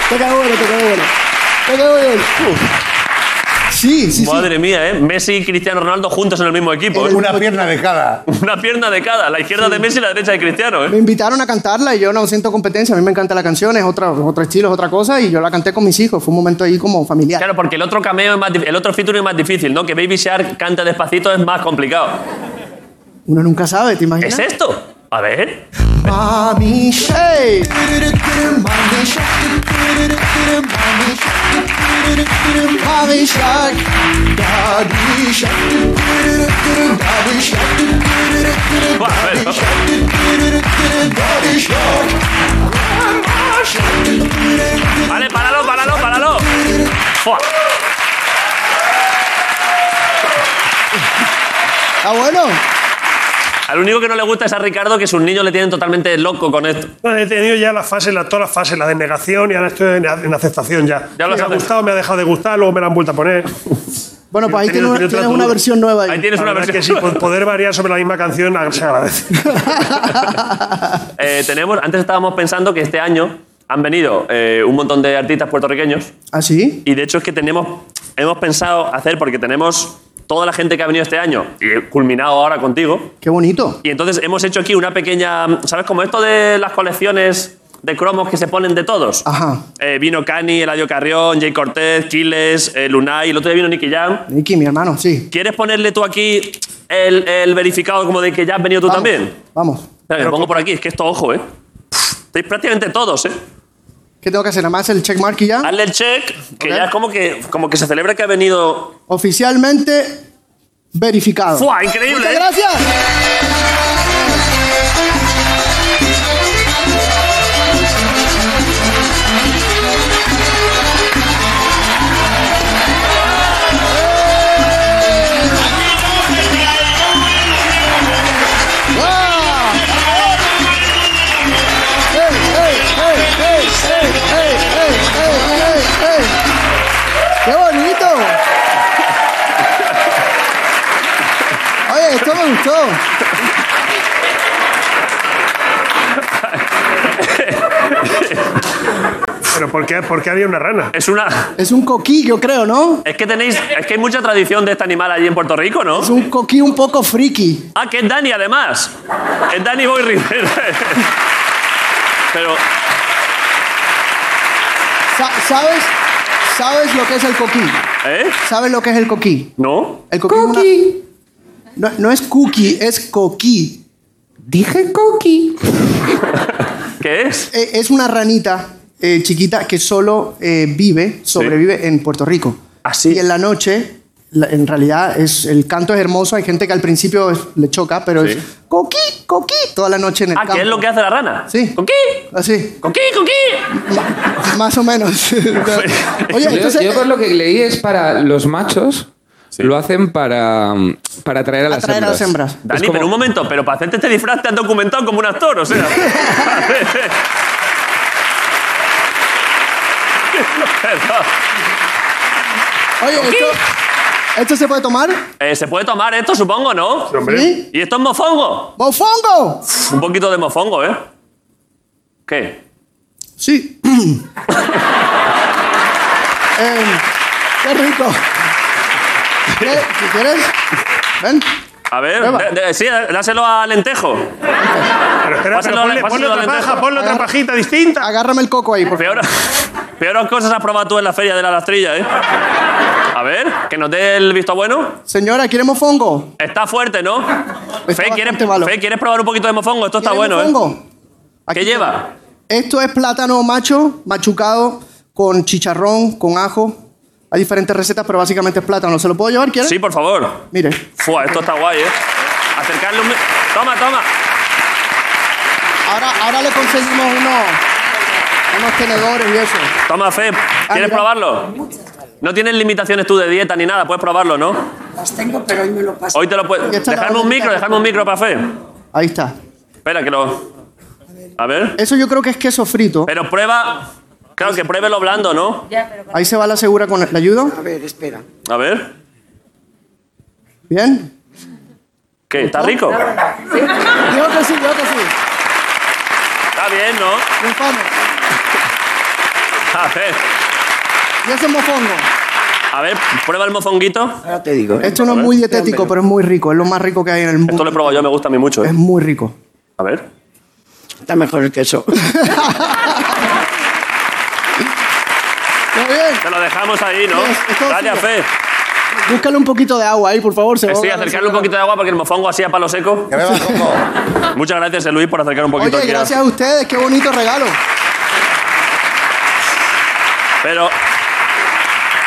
Te cago bueno, te cago bueno. Te cago bueno. Sí, sí, sí. Madre mía, ¿eh? Messi y Cristiano Ronaldo juntos en el mismo equipo. ¿eh? Una pierna de cada. Una pierna de cada, la izquierda de Messi y la derecha de Cristiano, Me ¿eh? invitaron a cantarla y yo no siento competencia. A mí me encanta la canción, es otra, otro estilo, es otra cosa. Y yo la canté con mis hijos. Fue un momento ahí como familiar. Claro, porque el otro cameo es más dif- el otro featuring es más difícil, ¿no? Que Baby Shark canta despacito es más complicado. Uno nunca sabe, ¿te imaginas? ¿Es esto? A ver. Mami Shake. Mami Shark. Daddy Shark. Daddy Shark. Buah, a ver. Daddy Shark. Vale, páralo, páralo, páralo. Fua. Ah, bueno. Al único que no le gusta es a Ricardo que sus niños le tienen totalmente loco con esto. No, he tenido ya la fase, la, todas las fases, la de negación y ahora estoy en, en aceptación ya. Ya lo me ha aceptas. gustado, me ha dejado de gustar, luego me la han vuelto a poner. Bueno, pues ahí Tenía- tienes una, tenía otra tienes una duda. versión nueva. ahí. Ahí tienes La una verdad versión. que sí, po- poder variar sobre la misma canción a- se agradece. Eh, tenemos, antes estábamos pensando que este año han venido eh, un montón de artistas puertorriqueños ¿Ah, sí? y de hecho es que tenemos, hemos pensado hacer, porque tenemos toda la gente que ha venido este año y culminado ahora contigo, Qué bonito. y entonces hemos hecho aquí una pequeña, ¿sabes? Como esto de las colecciones de cromos que se ponen de todos. Ajá. Eh, vino Cani, Eladio Carrión, Jay Cortez, Quiles, eh, Lunay, el otro día vino Nicky Jam. Nicky, mi hermano, sí. ¿Quieres ponerle tú aquí el, el verificado como de que ya has venido tú Vamos, también? Vamos. Espera, que lo pongo por aquí, es que esto, ojo, ¿eh? Estáis prácticamente todos, ¿eh? ¿Qué tengo que hacer? Nada más el checkmark y ya. Hazle el check, que Ok. ya es como que, como que se celebra que ha venido. Oficialmente verificado. ¡Fua! ¡Increíble! ¡Muchas ¿eh? gracias! ¡Qué bonito! Oye, esto me gustó. Pero ¿por qué, por qué había una rana? Es una. Es un coquí, yo creo, ¿no? Es que tenéis. Es que hay mucha tradición de este animal allí en Puerto Rico, ¿no? Es un coquí un poco friki. Ah, que es Dani, además. Es Dani Boy Rivera. Pero. Sa- ¿Sabes? ¿Sabes lo que es el coquí? ¿Eh? ¿Sabes lo que es el coquí? ¿No? El coquí. es una- No, no es cookie, es coquí. Dije coquí. ¿Qué es? Eh, es una ranita eh, chiquita que solo eh, vive, sobrevive en Puerto Rico. Ah, sí. Y en la noche, la- en realidad, es, el canto es hermoso. Hay gente que al principio es- le choca, pero es coquí, coquí, toda la noche en el Ah, campo. que es lo que hace la rana. Sí. ¿Con qué? Así, ¿Con qué? ¿Con qué? ma- más o menos. Oye, Yo, entonces... yo por lo que leí es para los machos. Lo hacen para, mm, para atraer a las Atraer a las hembras. hembras. Dani, como- pero un momento, pero para hacerte este disfraz te han documentado como un actor, o sea. Oye, esto, ¿esto se puede tomar? Eh, se puede tomar esto, supongo, ¿no? ¿Sí? ¿Y esto es mofongo? ¡Mofongo! Un poquito de mofongo, ¿eh? ¿Qué? Sí. Em, qué rico. ¿Qué- si ¿Quieres? Ven. A ver, Prueba. de- de- sí, eh, dáselo a Lentejo. Pero espera, Pásalo pero al- ponle, pásalo ponle al otra lentejo. paja, ponle otra pajita distinta. Agárrame el coco ahí, por favor. Peor, peores cosas has probado tú en la feria de la lastrilla, ¿eh? A ver, que nos dé el visto bueno. Señora, ¿quiere mofongo? Está fuerte, ¿no? Fe, ¿quieres, bastante malo. Fe, ¿quieres probar un poquito de mofongo? Esto está ¿Quiere bueno, ¿eh? mofongo? Aquí ¿Qué está. lleva? Esto es plátano macho, machucado, con chicharrón, con ajo. Hay diferentes recetas, pero básicamente es plátano. ¿Se lo puedo llevar? ¿Quieres? Sí, por favor. Mire. Fua, esto está guay, ¿eh? Acercarle un... mi- Toma, toma. Ahora, ahora le conseguimos unos, unos tenedores y eso. Ah, Toma, Fe. ¿Quieres mira. probarlo? No tienes limitaciones tú de dieta ni nada. Puedes probarlo, ¿no? Las tengo, pero hoy me lo paso. Hoy te lo puedes... Ya está la Dejarme un bandita micro, que dejarme un micro para Fe. Ahí está. Espera, que lo... A ver. Eso yo creo que es queso frito. Pero prueba... Claro, que pruebe lo blando, ¿no? Ahí se va la segura con el... ¿Le ayudo? A ver, espera. A ver. ¿Bien? ¿Qué? ¿Está rico? Digo que sí, digo que sí. Está bien, ¿no? Triunfamos. A ver. Y ese mofongo. A ver, prueba el mofonguito. Ahora te digo. ¿eh? Esto no es muy dietético, pero es muy rico. Es lo más rico que hay en el Esto mundo. lo he probado yo, me gusta a mí mucho, Es ¿eh? muy rico. A ver. Está mejor el queso. Muy bien. Te lo dejamos ahí, ¿no? Yes, esto Dale a sigue. Fe. Búscale un poquito de agua ahí, por favor. Se va a Sí, ahogar acercarle un la señora. poquito de agua porque el mofongo así a palo seco. Que beba coco. Muchas gracias, eh, Luis, por acercar un poquito Oye, aquí a- gracias a ustedes. Qué bonito regalo. Pero.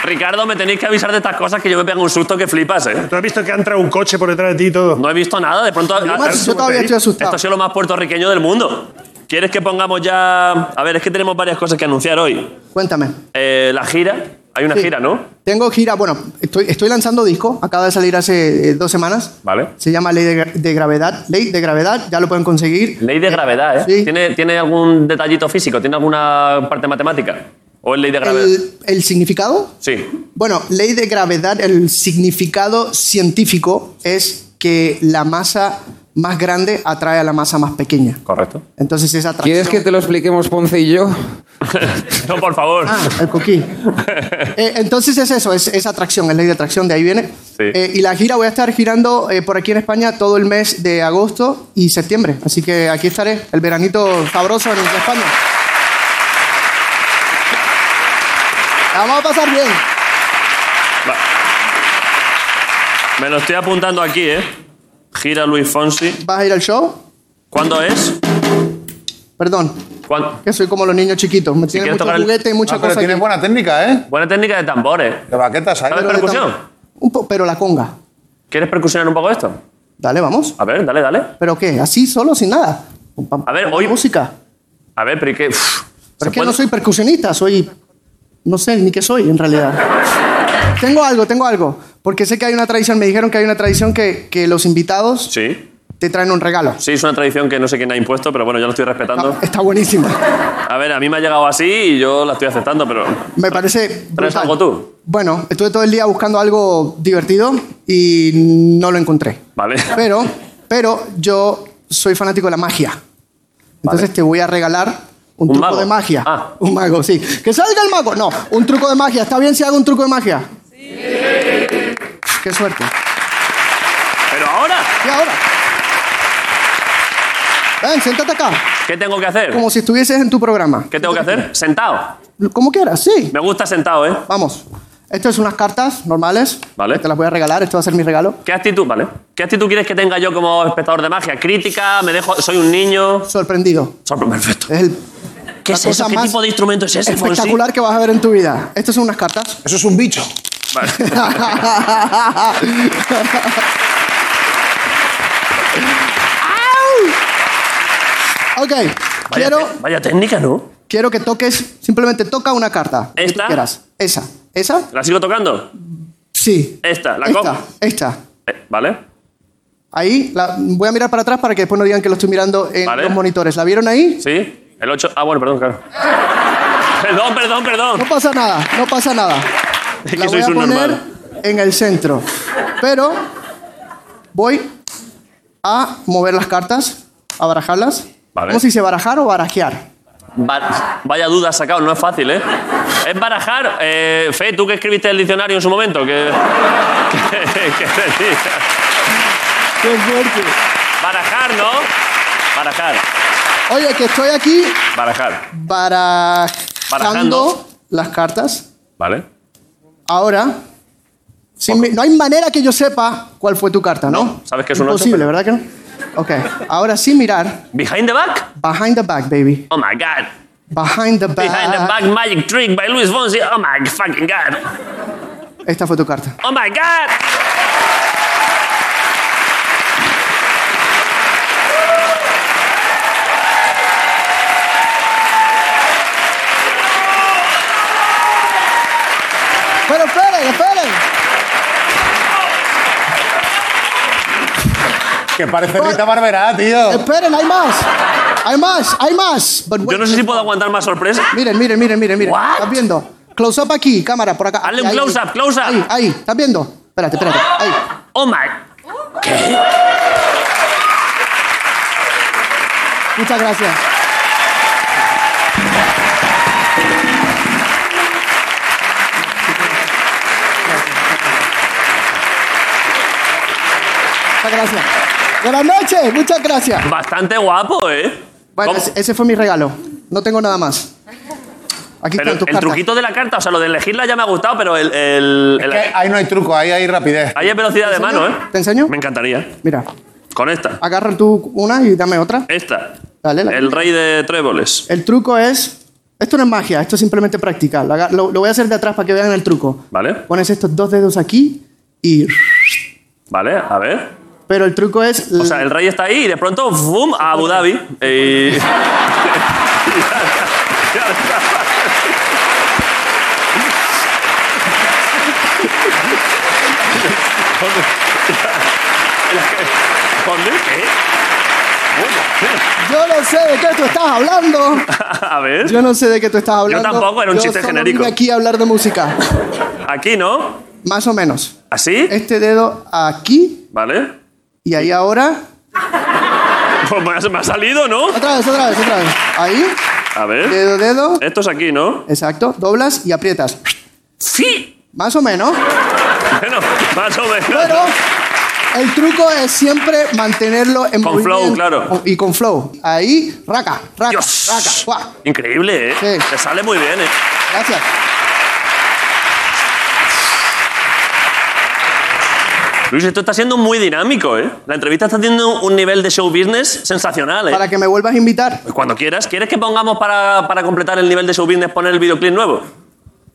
Ricardo, me tenéis que avisar de estas cosas que yo me pego un susto que flipas, ¿eh? ¿Tú has visto que ha entrado un coche por detrás de ti y todo? No he visto nada, de pronto. Yo, más- yo todavía estoy Esto asustado. ha sido lo más puertorriqueño del mundo. ¿Quieres que pongamos ya.? A ver, es que tenemos varias cosas que anunciar hoy. Cuéntame. Eh, la gira. Hay una Sí. gira, ¿no? Tengo gira. Bueno, estoy, estoy lanzando disco. Acaba de salir hace eh, dos semanas. Vale. Se llama Ley de, Gra- de Gravedad. Ley de Gravedad. Ya lo pueden conseguir. Ley de gravedad, ¿eh? Sí. ¿Tiene, ¿Tiene algún detallito físico? ¿Tiene alguna parte matemática? ¿O es ley de gravedad? El, el significado, Sí. bueno, ley de gravedad, el significado científico es que la masa más grande atrae a la masa más pequeña. Correcto. Entonces esa atracción. ¿Quieres que te lo expliquemos Ponce y yo? No, por favor. Ah, el coquí. Eh, entonces es eso, es, es atracción, es ley de atracción, de ahí viene. Eh, y la gira voy a estar girando eh, por aquí en España todo el mes de agosto y septiembre. Así que aquí estaré, el veranito sabroso en España. La vamos a pasar bien. Me lo estoy apuntando aquí, ¿eh? Gira Luis Fonsi. ¿Vas a ir al show? ¿Cuándo es? Perdón, ¿Cuándo? que soy como los niños chiquitos. Me tienen quieres mucho tocar el- Ah, juguete y mucha Ah, pero cosa. tienes aquí. buena técnica, ¿eh? Buena técnica de ¿eh? tambores. De baquetas ahí. ¿Sabes Pero de percusión? Un po- pero la conga. ¿Quieres percusionar un poco esto? Dale, vamos. A ver, dale, dale. ¿Pero qué? ¿Así, solo, sin nada? Pum, pam, A ver, pam, hoy- Música. A ver, pero ¿y qué? Uf, Pero ¿se es que puede? no soy percusionista, soy. No sé ni qué soy en realidad. tengo algo, tengo algo. Porque sé que hay una tradición, me dijeron que hay una tradición que, que los invitados Sí. te traen un regalo. Sí, es una tradición que no sé quién ha impuesto, pero bueno, yo la estoy respetando. Está, está buenísima. A ver, a mí me ha llegado así y yo la estoy aceptando, pero... Me parece. ¿Traes brutal. algo tú? Bueno, estuve todo el día buscando algo divertido y no lo encontré. Vale. Pero, pero yo soy fanático de la magia. Entonces te voy a regalar un, ¿Un truco mago? de magia. Ah. Un mago, sí. Que salga el mago. No, un truco de magia. ¿Está bien si hago un truco de magia? Sí. Qué suerte. Pero ahora, Y ahora. Ven, siéntate acá. ¿qué tengo que hacer? Como si estuvieses en tu programa. ¿Qué tengo que hacer? Sentado. Como quieras, sí. Me gusta sentado, ¿eh? Vamos. Estas son unas cartas normales. Vale. Te las voy a regalar. Esto va a ser mi regalo. ¿Qué actitud, vale? ¿Qué actitud quieres que tenga yo como espectador de magia? ¿Crítica? ¿Me dejo? ¿Soy un niño? Sorprendido. Sorpre- Perfecto. Es el ¿Qué la es eso? cosa ¿Qué más tipo de instrumento es ese, Fonsi? espectacular que vas a ver en tu vida. Estas son unas cartas. Eso es un bicho. ¡Au! ok. Vaya, Quiero, te- vaya técnica, ¿no? quiero que toques. Simplemente toca una carta. que tú ¿Esta? quieras. Esa. ¿Esa? ¿La sigo tocando? Sí. Esta, la esta. cojo. Esta. Eh, ¿Vale? Ahí. la- voy a mirar para atrás para que después no digan que lo estoy mirando en Vale. los monitores. ¿La vieron ahí? ¿Sí? El 8... Ah, bueno, perdón, claro. perdón, perdón, perdón. No pasa nada. No pasa nada. Es La que voy soy a poner subnormal. en el centro. Pero voy a mover las cartas, a barajarlas. Vale. ¿Cómo se dice barajar o barajear? Va- Vaya duda has sacado, no es fácil, ¿eh? Es barajar. Eh, Fe, tú que escribiste el diccionario en su momento, que. que- que decía. ¡Qué fuerte! barajar, ¿no? Barajar, Oye, que estoy aquí barajar. barajando, Barajando. las cartas. ¿Vale? Ahora, sin mi- no hay manera que yo sepa cuál fue tu carta, ¿no? No, sabes que es un ocho, Imposible, pero- ¿verdad que no? Ok, ahora sin mirar, ¿Behind the back? behind the back, baby. Oh my god. Behind the back. Behind the ah. back magic trick by Luis Fonsi. Oh my fucking god. Esta fue tu carta. Oh my god. Pero esperen, esperen. Que parece Rita Barberá, tío. Esperen, hay más. Hay más, hay más. But Yo wait. no sé si puedo aguantar más sorpresa. Miren, miren, miren, miren, miren. What? ¿Estás viendo? Close up aquí, cámara, por acá. Hazle un Ahí, ahí, close up, ahí. close up. Ahí, ahí, ¿estás viendo? Espérate, espérate. Ahí. Oh my. Muchas gracias. Muchas gracias. Buenas noches, muchas gracias. Bastante guapo, ¿eh? Bueno, ¿Cómo? ese- ese fue mi regalo. No tengo nada más. Aquí Pero están el tus cartas. truquito de la carta, o sea, lo de elegirla ya me ha gustado, pero el. el- el- Es que ahí no hay truco, ahí hay rapidez. ahí es velocidad de mano, ¿eh? ¿Te enseño? Me encantaría. Mira, Con esta. agarra tú una y dame otra. Esta. Dale, la- El rey de tréboles. El truco es. Esto no es magia, esto es simplemente práctica. Lo, aga- lo- lo voy a hacer de atrás para que vean el truco. ¿Vale? Pones estos dos dedos aquí y. ¿Vale? A ver. Pero el truco es. O sea, el rey está ahí y de pronto, ¡boom! a Abu Dhabi. eh, Y... ¿Dónde? ¿Dónde? ¿Qué? Yo no sé de qué tú estás hablando. A ver. Yo no sé de qué tú estás hablando. tampoco, era un Yo chiste solo genérico. Vine aquí a hablar de música. Aquí, ¿no? Más o menos. ¿Así? Este dedo aquí ¿Vale? y ahí ahora. Pues me ha- me ha salido, ¿no? Otra vez, otra vez, otra vez. Ahí, A ver. dedo, dedo. Esto es aquí, ¿no? Exacto. Doblas y aprietas. Sí. Más o menos. Bueno, más o menos. Pero el truco es siempre mantenerlo en Con flow, movimiento. claro. Y con flow. Ahí, raca, raca, raca. guau. Increíble, ¿eh? Te sale muy bien, ¿eh? Gracias. Luis, esto está siendo muy dinámico, ¿eh? La entrevista está teniendo un nivel de show business sensacional, ¿eh? Para que me vuelvas a invitar. Cuando quieras. ¿Quieres que pongamos para, para completar el nivel de show business poner el videoclip nuevo?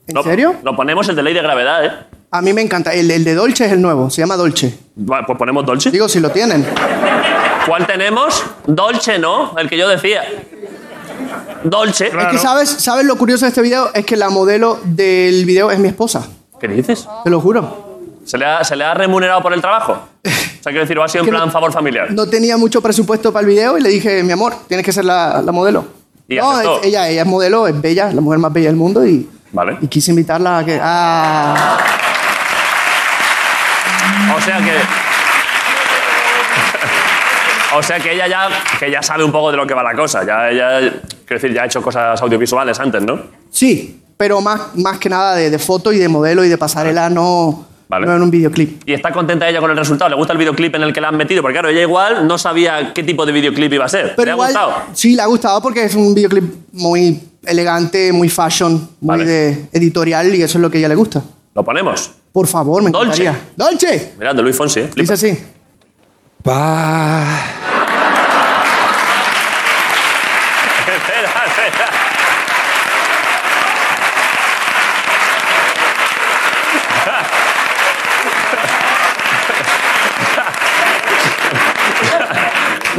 ¿En serio? Lo ponemos el de ley de gravedad, ¿eh? A mí me encanta. El, el de Dolce es el nuevo. Se llama Dolce. Va, Pues ponemos Dolce. Digo, si lo tienen. ¿Cuál tenemos? Dolce, ¿no? El que yo decía. Dolce. Es que, ¿sabes, ¿sabes lo curioso de este video? Es que la modelo del video es mi esposa. ¿Qué dices? Te lo juro. ¿Se le, ha, ¿Se le ha remunerado por el trabajo? O sea, quiero decir, ¿o ha sido en plan favor familiar? No tenía mucho presupuesto para el video y le dije, mi amor, tienes que ser la, la modelo. Y no, aceptó. es- ella, ella es modelo, es bella, la mujer más bella del mundo y, Vale. y quise invitarla a que... Ah, O sea que. O sea que ella ya, que ya sabe un poco de lo que va la cosa. Ya, ya, quiero decir, ya ha hecho cosas audiovisuales antes, ¿no? sí, pero más, más que nada de, de foto y de modelo y de pasarela, no, Vale. no en un videoclip. Y está contenta ella con el resultado. ¿Le gusta el videoclip en el que la han metido? Porque claro, ella igual no sabía qué tipo de videoclip iba a ser. Pero ¿Le ha igual, gustado? sí, le ha gustado porque es un videoclip muy elegante, muy fashion, muy de editorial y eso es lo que a ella le gusta. Lo ponemos. Por favor, me Dolce. encantaría. ¡Dolce! Mirando, Luis Fonsi. ¿eh? Dice así. Pa. espera, espera.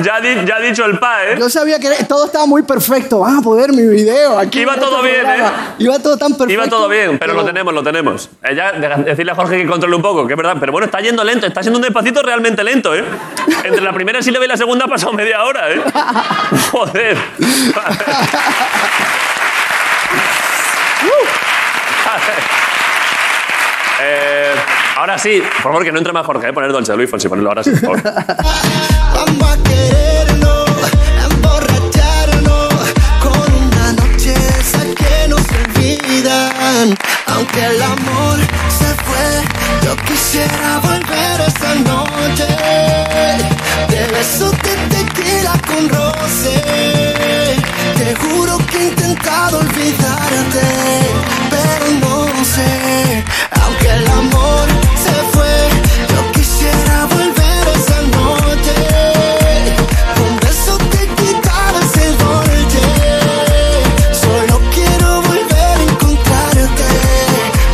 ya, ha di- ya ha dicho el pa, ¿eh? Yo sabía que todo estaba muy perfecto. Van a poder mi video. Aquí Iba en todo este bien, ¿eh? programa. Iba todo tan perfecto. Iba todo bien, pero lo tenemos, lo tenemos. Ella, de- decirle a Jorge que controle un poco, que es verdad. Pero bueno, está yendo lento, está siendo un despacito realmente lento, ¿eh? Entre la primera sílaba y la segunda ha pasado media hora, ¿eh? Joder. Eh, ahora sí, por favor, que no entre más Jorge, ¿eh? poner Dolce de Luis Fonsi, ponerlo ahora sí, por favor. Vamos a querernos, a emborracharnos con una noche esa que nos olvidan. Aunque el amor se fue, yo quisiera volver esa noche. De besos de tequila con roce. Te juro que he intentado olvidarte, pero no sé. Aunque el amor se fue, yo quisiera volver esa noche. Con besos te quitaba ese dolce. Solo quiero volver a encontrarte.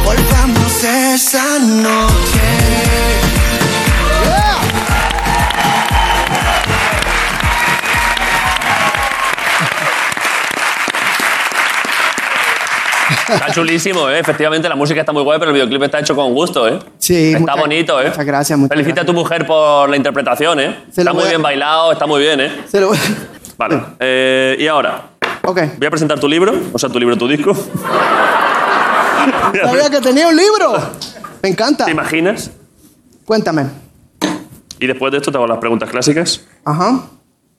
Volvamos esa noche. Está chulísimo, ¿eh? Efectivamente, la música está muy guay, pero el videoclip está hecho con gusto, ¿eh? Sí, Está muchas- bonito, ¿eh? Muchas gracias, muchas Felicita a tu mujer por la interpretación, ¿eh? Se lo Está muy voy a- bien bailado, está muy bien, ¿eh? gracias. Se lo- Vale. eh, y ahora, Ok. voy a presentar tu libro, o sea, tu libro, tu disco. Sabía que tenía un libro. Me encanta. ¿Te imaginas? Cuéntame. Y después de esto te hago las preguntas clásicas. Ajá.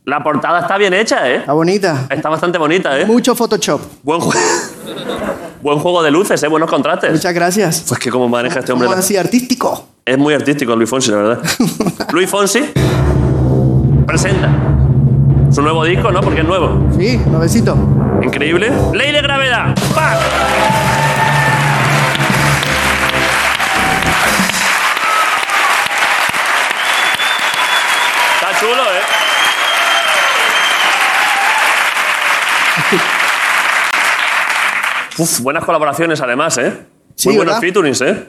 La portada está bien hecha, ¿eh? Está bonita. Está bastante bonita, ¿eh? Mucho Photoshop. Buen, ju- Buen juego de luces, ¿eh? Buenos contrastes. Muchas gracias. Pues que cómo maneja este hombre. Como la- así, artístico. Es muy artístico Luis Fonsi, la verdad. Luis Fonsi presenta su nuevo disco, ¿no? Porque es nuevo. Sí, nuevecito. Increíble. Ley de gravedad. ¡Pa! Está chulo, ¿eh? Uf, buenas colaboraciones además, ¿eh? Sí, Muy buenos ¿verdad? featurings, ¿eh?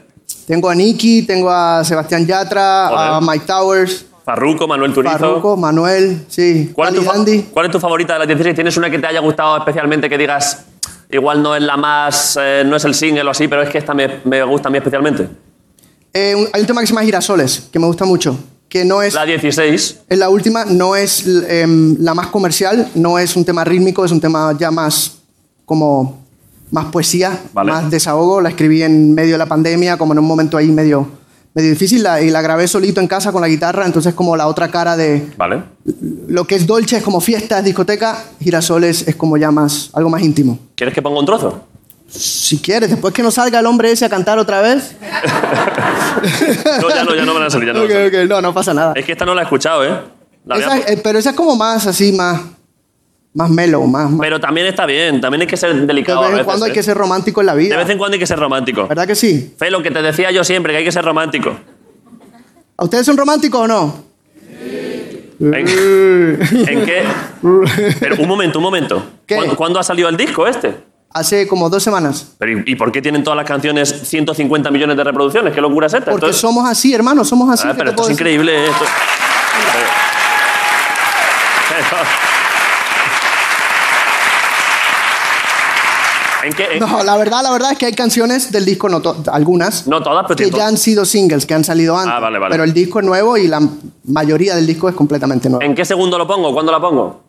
Tengo a Nicky, tengo a Sebastián Yatra, a Joder. Mike Towers, Farruco, Manuel Turizo. Parruco, Manuel. Sí. ¿Cuál es, tu Danny fa- Dandy. cuál es tu favorita de las 16? ¿Tienes una que te haya gustado especialmente que digas, igual no es la más, eh, no es el single o así, pero es que esta me, me gusta a mí especialmente? Eh, un- hay un tema que se llama Girasoles, que me gusta mucho. que no es... La 16. La última no es em, la más comercial, no es un tema rítmico, es un tema ya más como más poesía, Vale. más desahogo. La escribí en medio de la pandemia, como en un momento ahí medio, medio difícil, la- y la grabé solito en casa con la guitarra, entonces como la otra cara de Vale. lo que es Dolce es como fiestas, discoteca, girasoles es como ya más, algo más íntimo. ¿Quieres que ponga un trozo? Si quieres, después que no salga el hombre ese a cantar otra vez. No, ya no, ya no van a salir. Ya no van a Ok, salir. ok, no, no pasa nada. Es que esta no la he escuchado, ¿eh? La voy a Esa- eh, pero esa es como más así, más, más mellow, más. más- Pero también está bien, también hay que ser De delicado. vez a en veces, cuando hay ¿eh? que ser romántico en la vida. De vez en cuando hay que ser romántico. ¿Verdad que sí? Fe, lo que te decía yo siempre, que hay que ser romántico. ¿A ustedes son románticos o no? ¿En, en qué? Pero un momento, un momento. ¿Cuándo, cuándo ha salido el disco este? Hace como dos semanas. Pero, ¿y, y por qué tienen todas las canciones 150 millones de reproducciones? ¿Qué locura es esta? Porque Entonces- somos así, hermano, somos así. Ah, ¿qué pero te esto puedo es decir? increíble. eh, Esto... Pero- pero- ¿En qué? en- No, la verdad, la verdad es que hay canciones del disco, no to- algunas, No todas, pero que tiene ya han to- sido singles, que han salido antes. Ah, vale, vale. Pero el disco es nuevo y la mayoría del disco es completamente nuevo. ¿En qué segundo lo pongo? ¿Cuándo la pongo?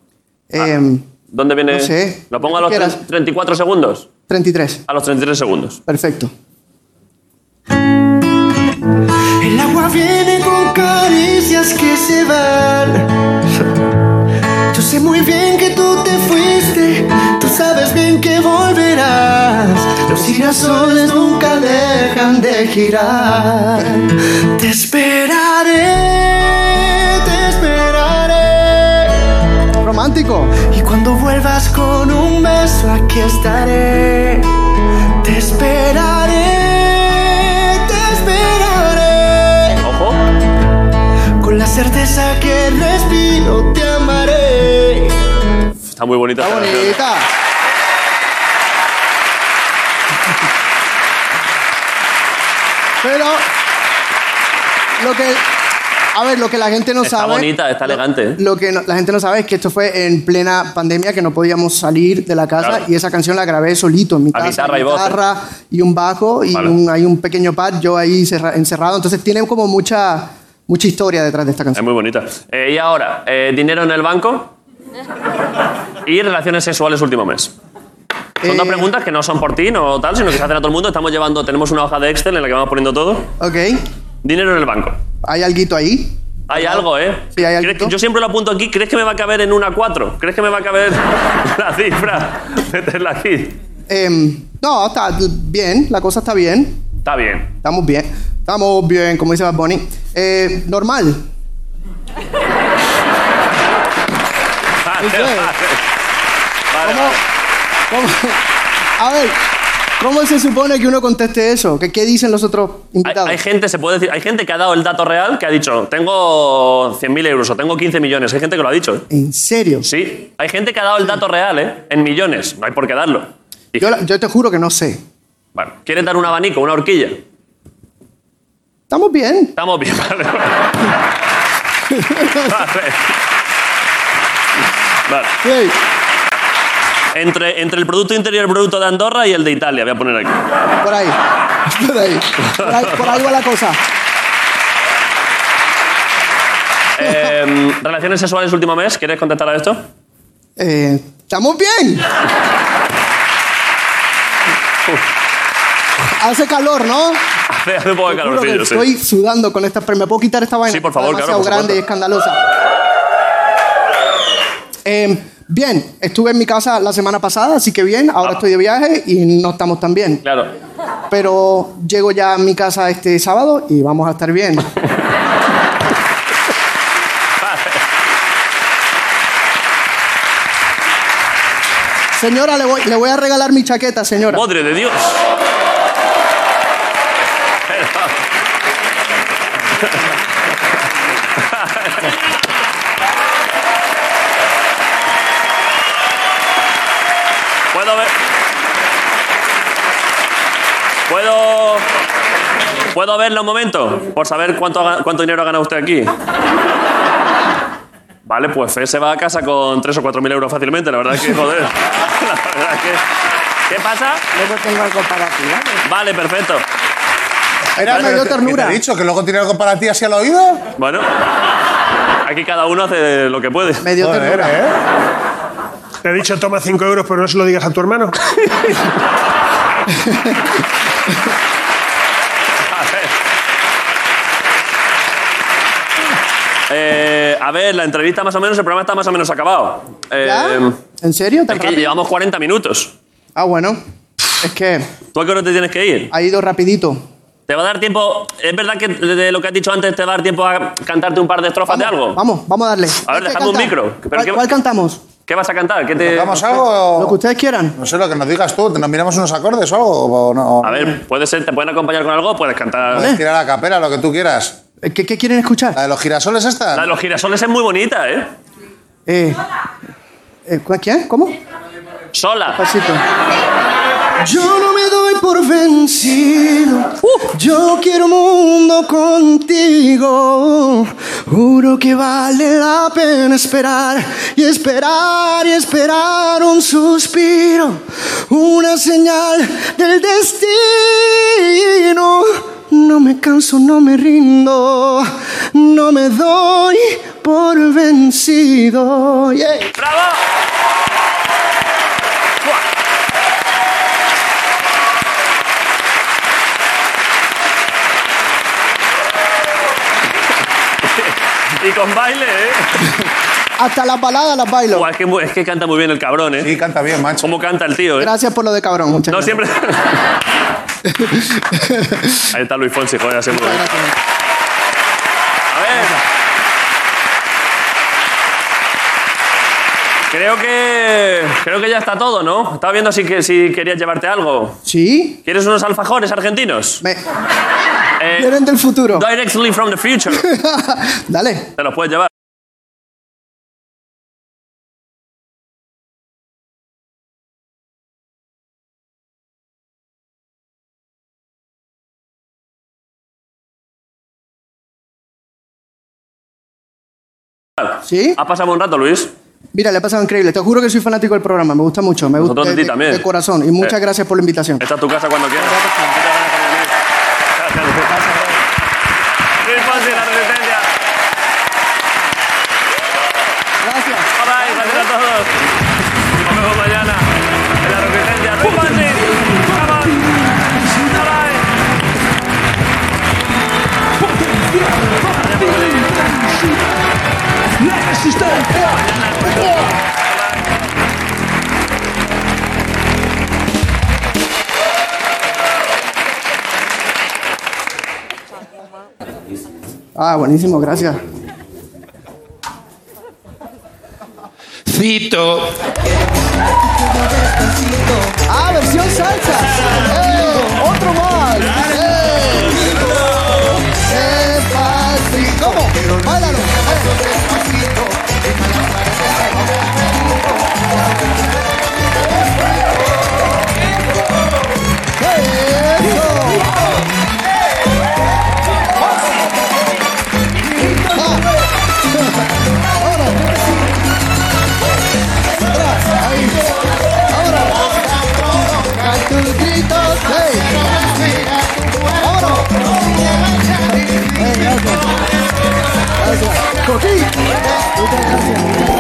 Ah, Em, ¿Dónde viene? No sé. ¿Lo pongo a los Quieras. 30 34 segundos? 33. A los 33 segundos. Perfecto. El agua viene con caricias que se van. Yo sé muy bien que tú te fuiste, tú sabes bien que volverás. Los girasoles nunca dejan de girar. Te esperaré, te esperaré. Romántico. Y cuando vuelvas con un beso, aquí estaré. Te esperaré, te esperaré. Ojo. Con la certeza que respiro, te amaré. Está muy bonita. esta canción. Pero lo que a ver, lo que la gente no Está sabe, bonita, está elegante. ¿eh? lo que no- la gente no sabe es que esto fue en plena pandemia que no podíamos salir de la casa Claro. y esa canción la grabé solito en mi A casa, guitarra y voz, ¿eh? guitarra y un bajo y Vale. un- hay un pequeño pad yo ahí cerra- encerrado, entonces tiene como mucha mucha historia detrás de esta Es canción. muy bonita. Eh, y ahora, eh, dinero en el banco y relaciones sexuales último mes. Son Eh, dos preguntas que no son por ti, no tal, sino que se hacen a todo el mundo. Estamos llevando, tenemos una hoja de Excel en la que vamos poniendo todo. Ok. Dinero en el banco. ¿Hay alguito ahí? Hay algo, ¿eh? Sí, hay ¿Crees que- yo siempre lo apunto aquí. ¿Crees que me va a caber en una 4? ¿Crees que me va a caber la cifra? Meterla aquí. Em, no, está bien, la cosa está bien. Está bien. Estamos bien. Estamos bien, como dice Bad Bunny. Eh, normal. Vale, Eso es. vale. ¿Cómo, cómo- a ver, ¿cómo se supone que uno conteste Este, eso? ¿Qué, qué dicen los otros invitados? Hay gente, se puede decir, hay gente que ha dado el dato real que ha dicho, tengo 100.000 euros o tengo 15 millones. Hay gente que lo ha dicho. ¿eh? ¿En serio? Sí, hay gente que ha dado el dato real, ¿eh? En millones. No hay por qué darlo. Yo, la- yo te juro que no sé. Bueno, ¿quieres dar un abanico, una horquilla? Estamos bien. Estamos bien, vale. Vale. Vale. Entre, entre el Producto Interior Bruto de Andorra y el de Italia, voy a poner aquí. Por ahí. Por ahí. Por ahí, por ahí va la cosa. Em, ¿Relaciones sexuales último mes? ¿Quieres contestar a esto? Eh, ¡Estamos bien! Hace calor, ¿no? Hace, hace un poco de Juro que calorcillo, sí. estoy sudando con esta. Pero me puedo quitar esta vaina. Sí, por favor, Está claro, demasiado por grande y escandalosa. Eh, bien, estuve en mi casa la semana pasada, así que bien. Ahora estoy de viaje y no estamos tan bien. Claro. Pero llego ya a mi casa este sábado y vamos a estar bien. Señora, le voy, le voy a regalar mi chaqueta, señora. Madre de Dios. Puedo ver. Puedo. Puedo verlo un momento, por saber cuánto, ha ga- cuánto dinero ha ganado usted aquí. Vale, pues Fe se va a casa con 3 o 4 mil euros fácilmente, la verdad es que, joder. La verdad es que. ¿Qué pasa? Luego tengo algo para ti, ¿vale? Vale, perfecto. Era Vale. medio ternura. ¿Te he dicho que luego tiene algo para ti así al oído? Bueno, aquí cada uno hace lo que puede. Medio ¿eh? Te he dicho toma 5 euros, pero no se lo digas a tu hermano. Eh, a ver, la entrevista más o menos, el programa está más o menos acabado. Eh, ¿En serio? ¿Tan Es que rápido? llevamos 40 minutos. Ah, bueno. Es que ¿Tú a qué hora te tienes que ir? ha ido rapidito. ¿Te va a dar tiempo? ¿Es verdad que de lo que has dicho antes te va a dar tiempo a cantarte un par de estrofas de algo? Vamos, vamos a darle. A ver, ¿Qué dejadme un canta? micro. ¿Pero ¿Cuál, qué, cuál cantamos? qué vas a cantar? ¿Qué te... ¿Tocamos algo? Lo que ustedes quieran. No sé, lo que nos digas tú. ¿Nos miramos unos acordes o algo? O no, A ver, puede ser, te pueden acompañar con algo o puedes cantar. Puedes tirar a capela, lo que tú quieras. ¿Qué, quieren escuchar? ¿La de los girasoles esta? La de los girasoles es muy bonita, ¿eh? Eh, eh, ¿cu- ¿Quién? ¿Cómo? Sola. Pasito. Yo no me doy por vencido. Yo quiero un mundo contigo. Juro que vale la pena esperar y esperar y esperar un suspiro, una señal del destino. No me canso, no me rindo, no me doy por vencido. Yeah. Y con baile, ¿eh? Hasta las baladas las bailo. Buah, es, que, mu- es que canta muy bien el cabrón, ¿eh? Sí, canta bien, macho. ¿Cómo canta el tío, eh? Gracias por lo de cabrón. muchas No gracias. siempre. Ahí está Luis Fonsi, joder, siempre. A ver. Creo que. Creo que ya está todo, ¿no? Estaba viendo si, que, si querías llevarte algo. ¿Sí? ¿Quieres unos alfajores argentinos? Me... Eh, Vienen del futuro. Directly from the future. Dale. Te los puedes llevar. ¿Sí? Ha pasado un rato, Luis. Mira, le ha pasado increíble. Te juro que soy fanático del programa. Me gusta mucho. Me gusta Nosotros de, de ti de- también. de corazón. Y muchas Eh. gracias por la invitación. Esta es tu casa cuando quieras. Muchas gracias por venir. Gracias. Luis Fonsi, la resistencia. Gracias. Bye bye, gracias a todos. Nos vemos mañana en la resistencia. Luis Fonsi, vamos. Bye bye. La resistencia. Ah, buenísimo. Gracias. Cito. Ah, versión salsa. Eh, otro más. Eh. Eh, fácil. ¿Cómo? Báilalo. Eh. Eso. Ah. Ahora. Ahora. Ahí. Ahora. Canto gritos, hey. Vámonos. Hey, gracias. Gracias. Coquí. Muchas gracias.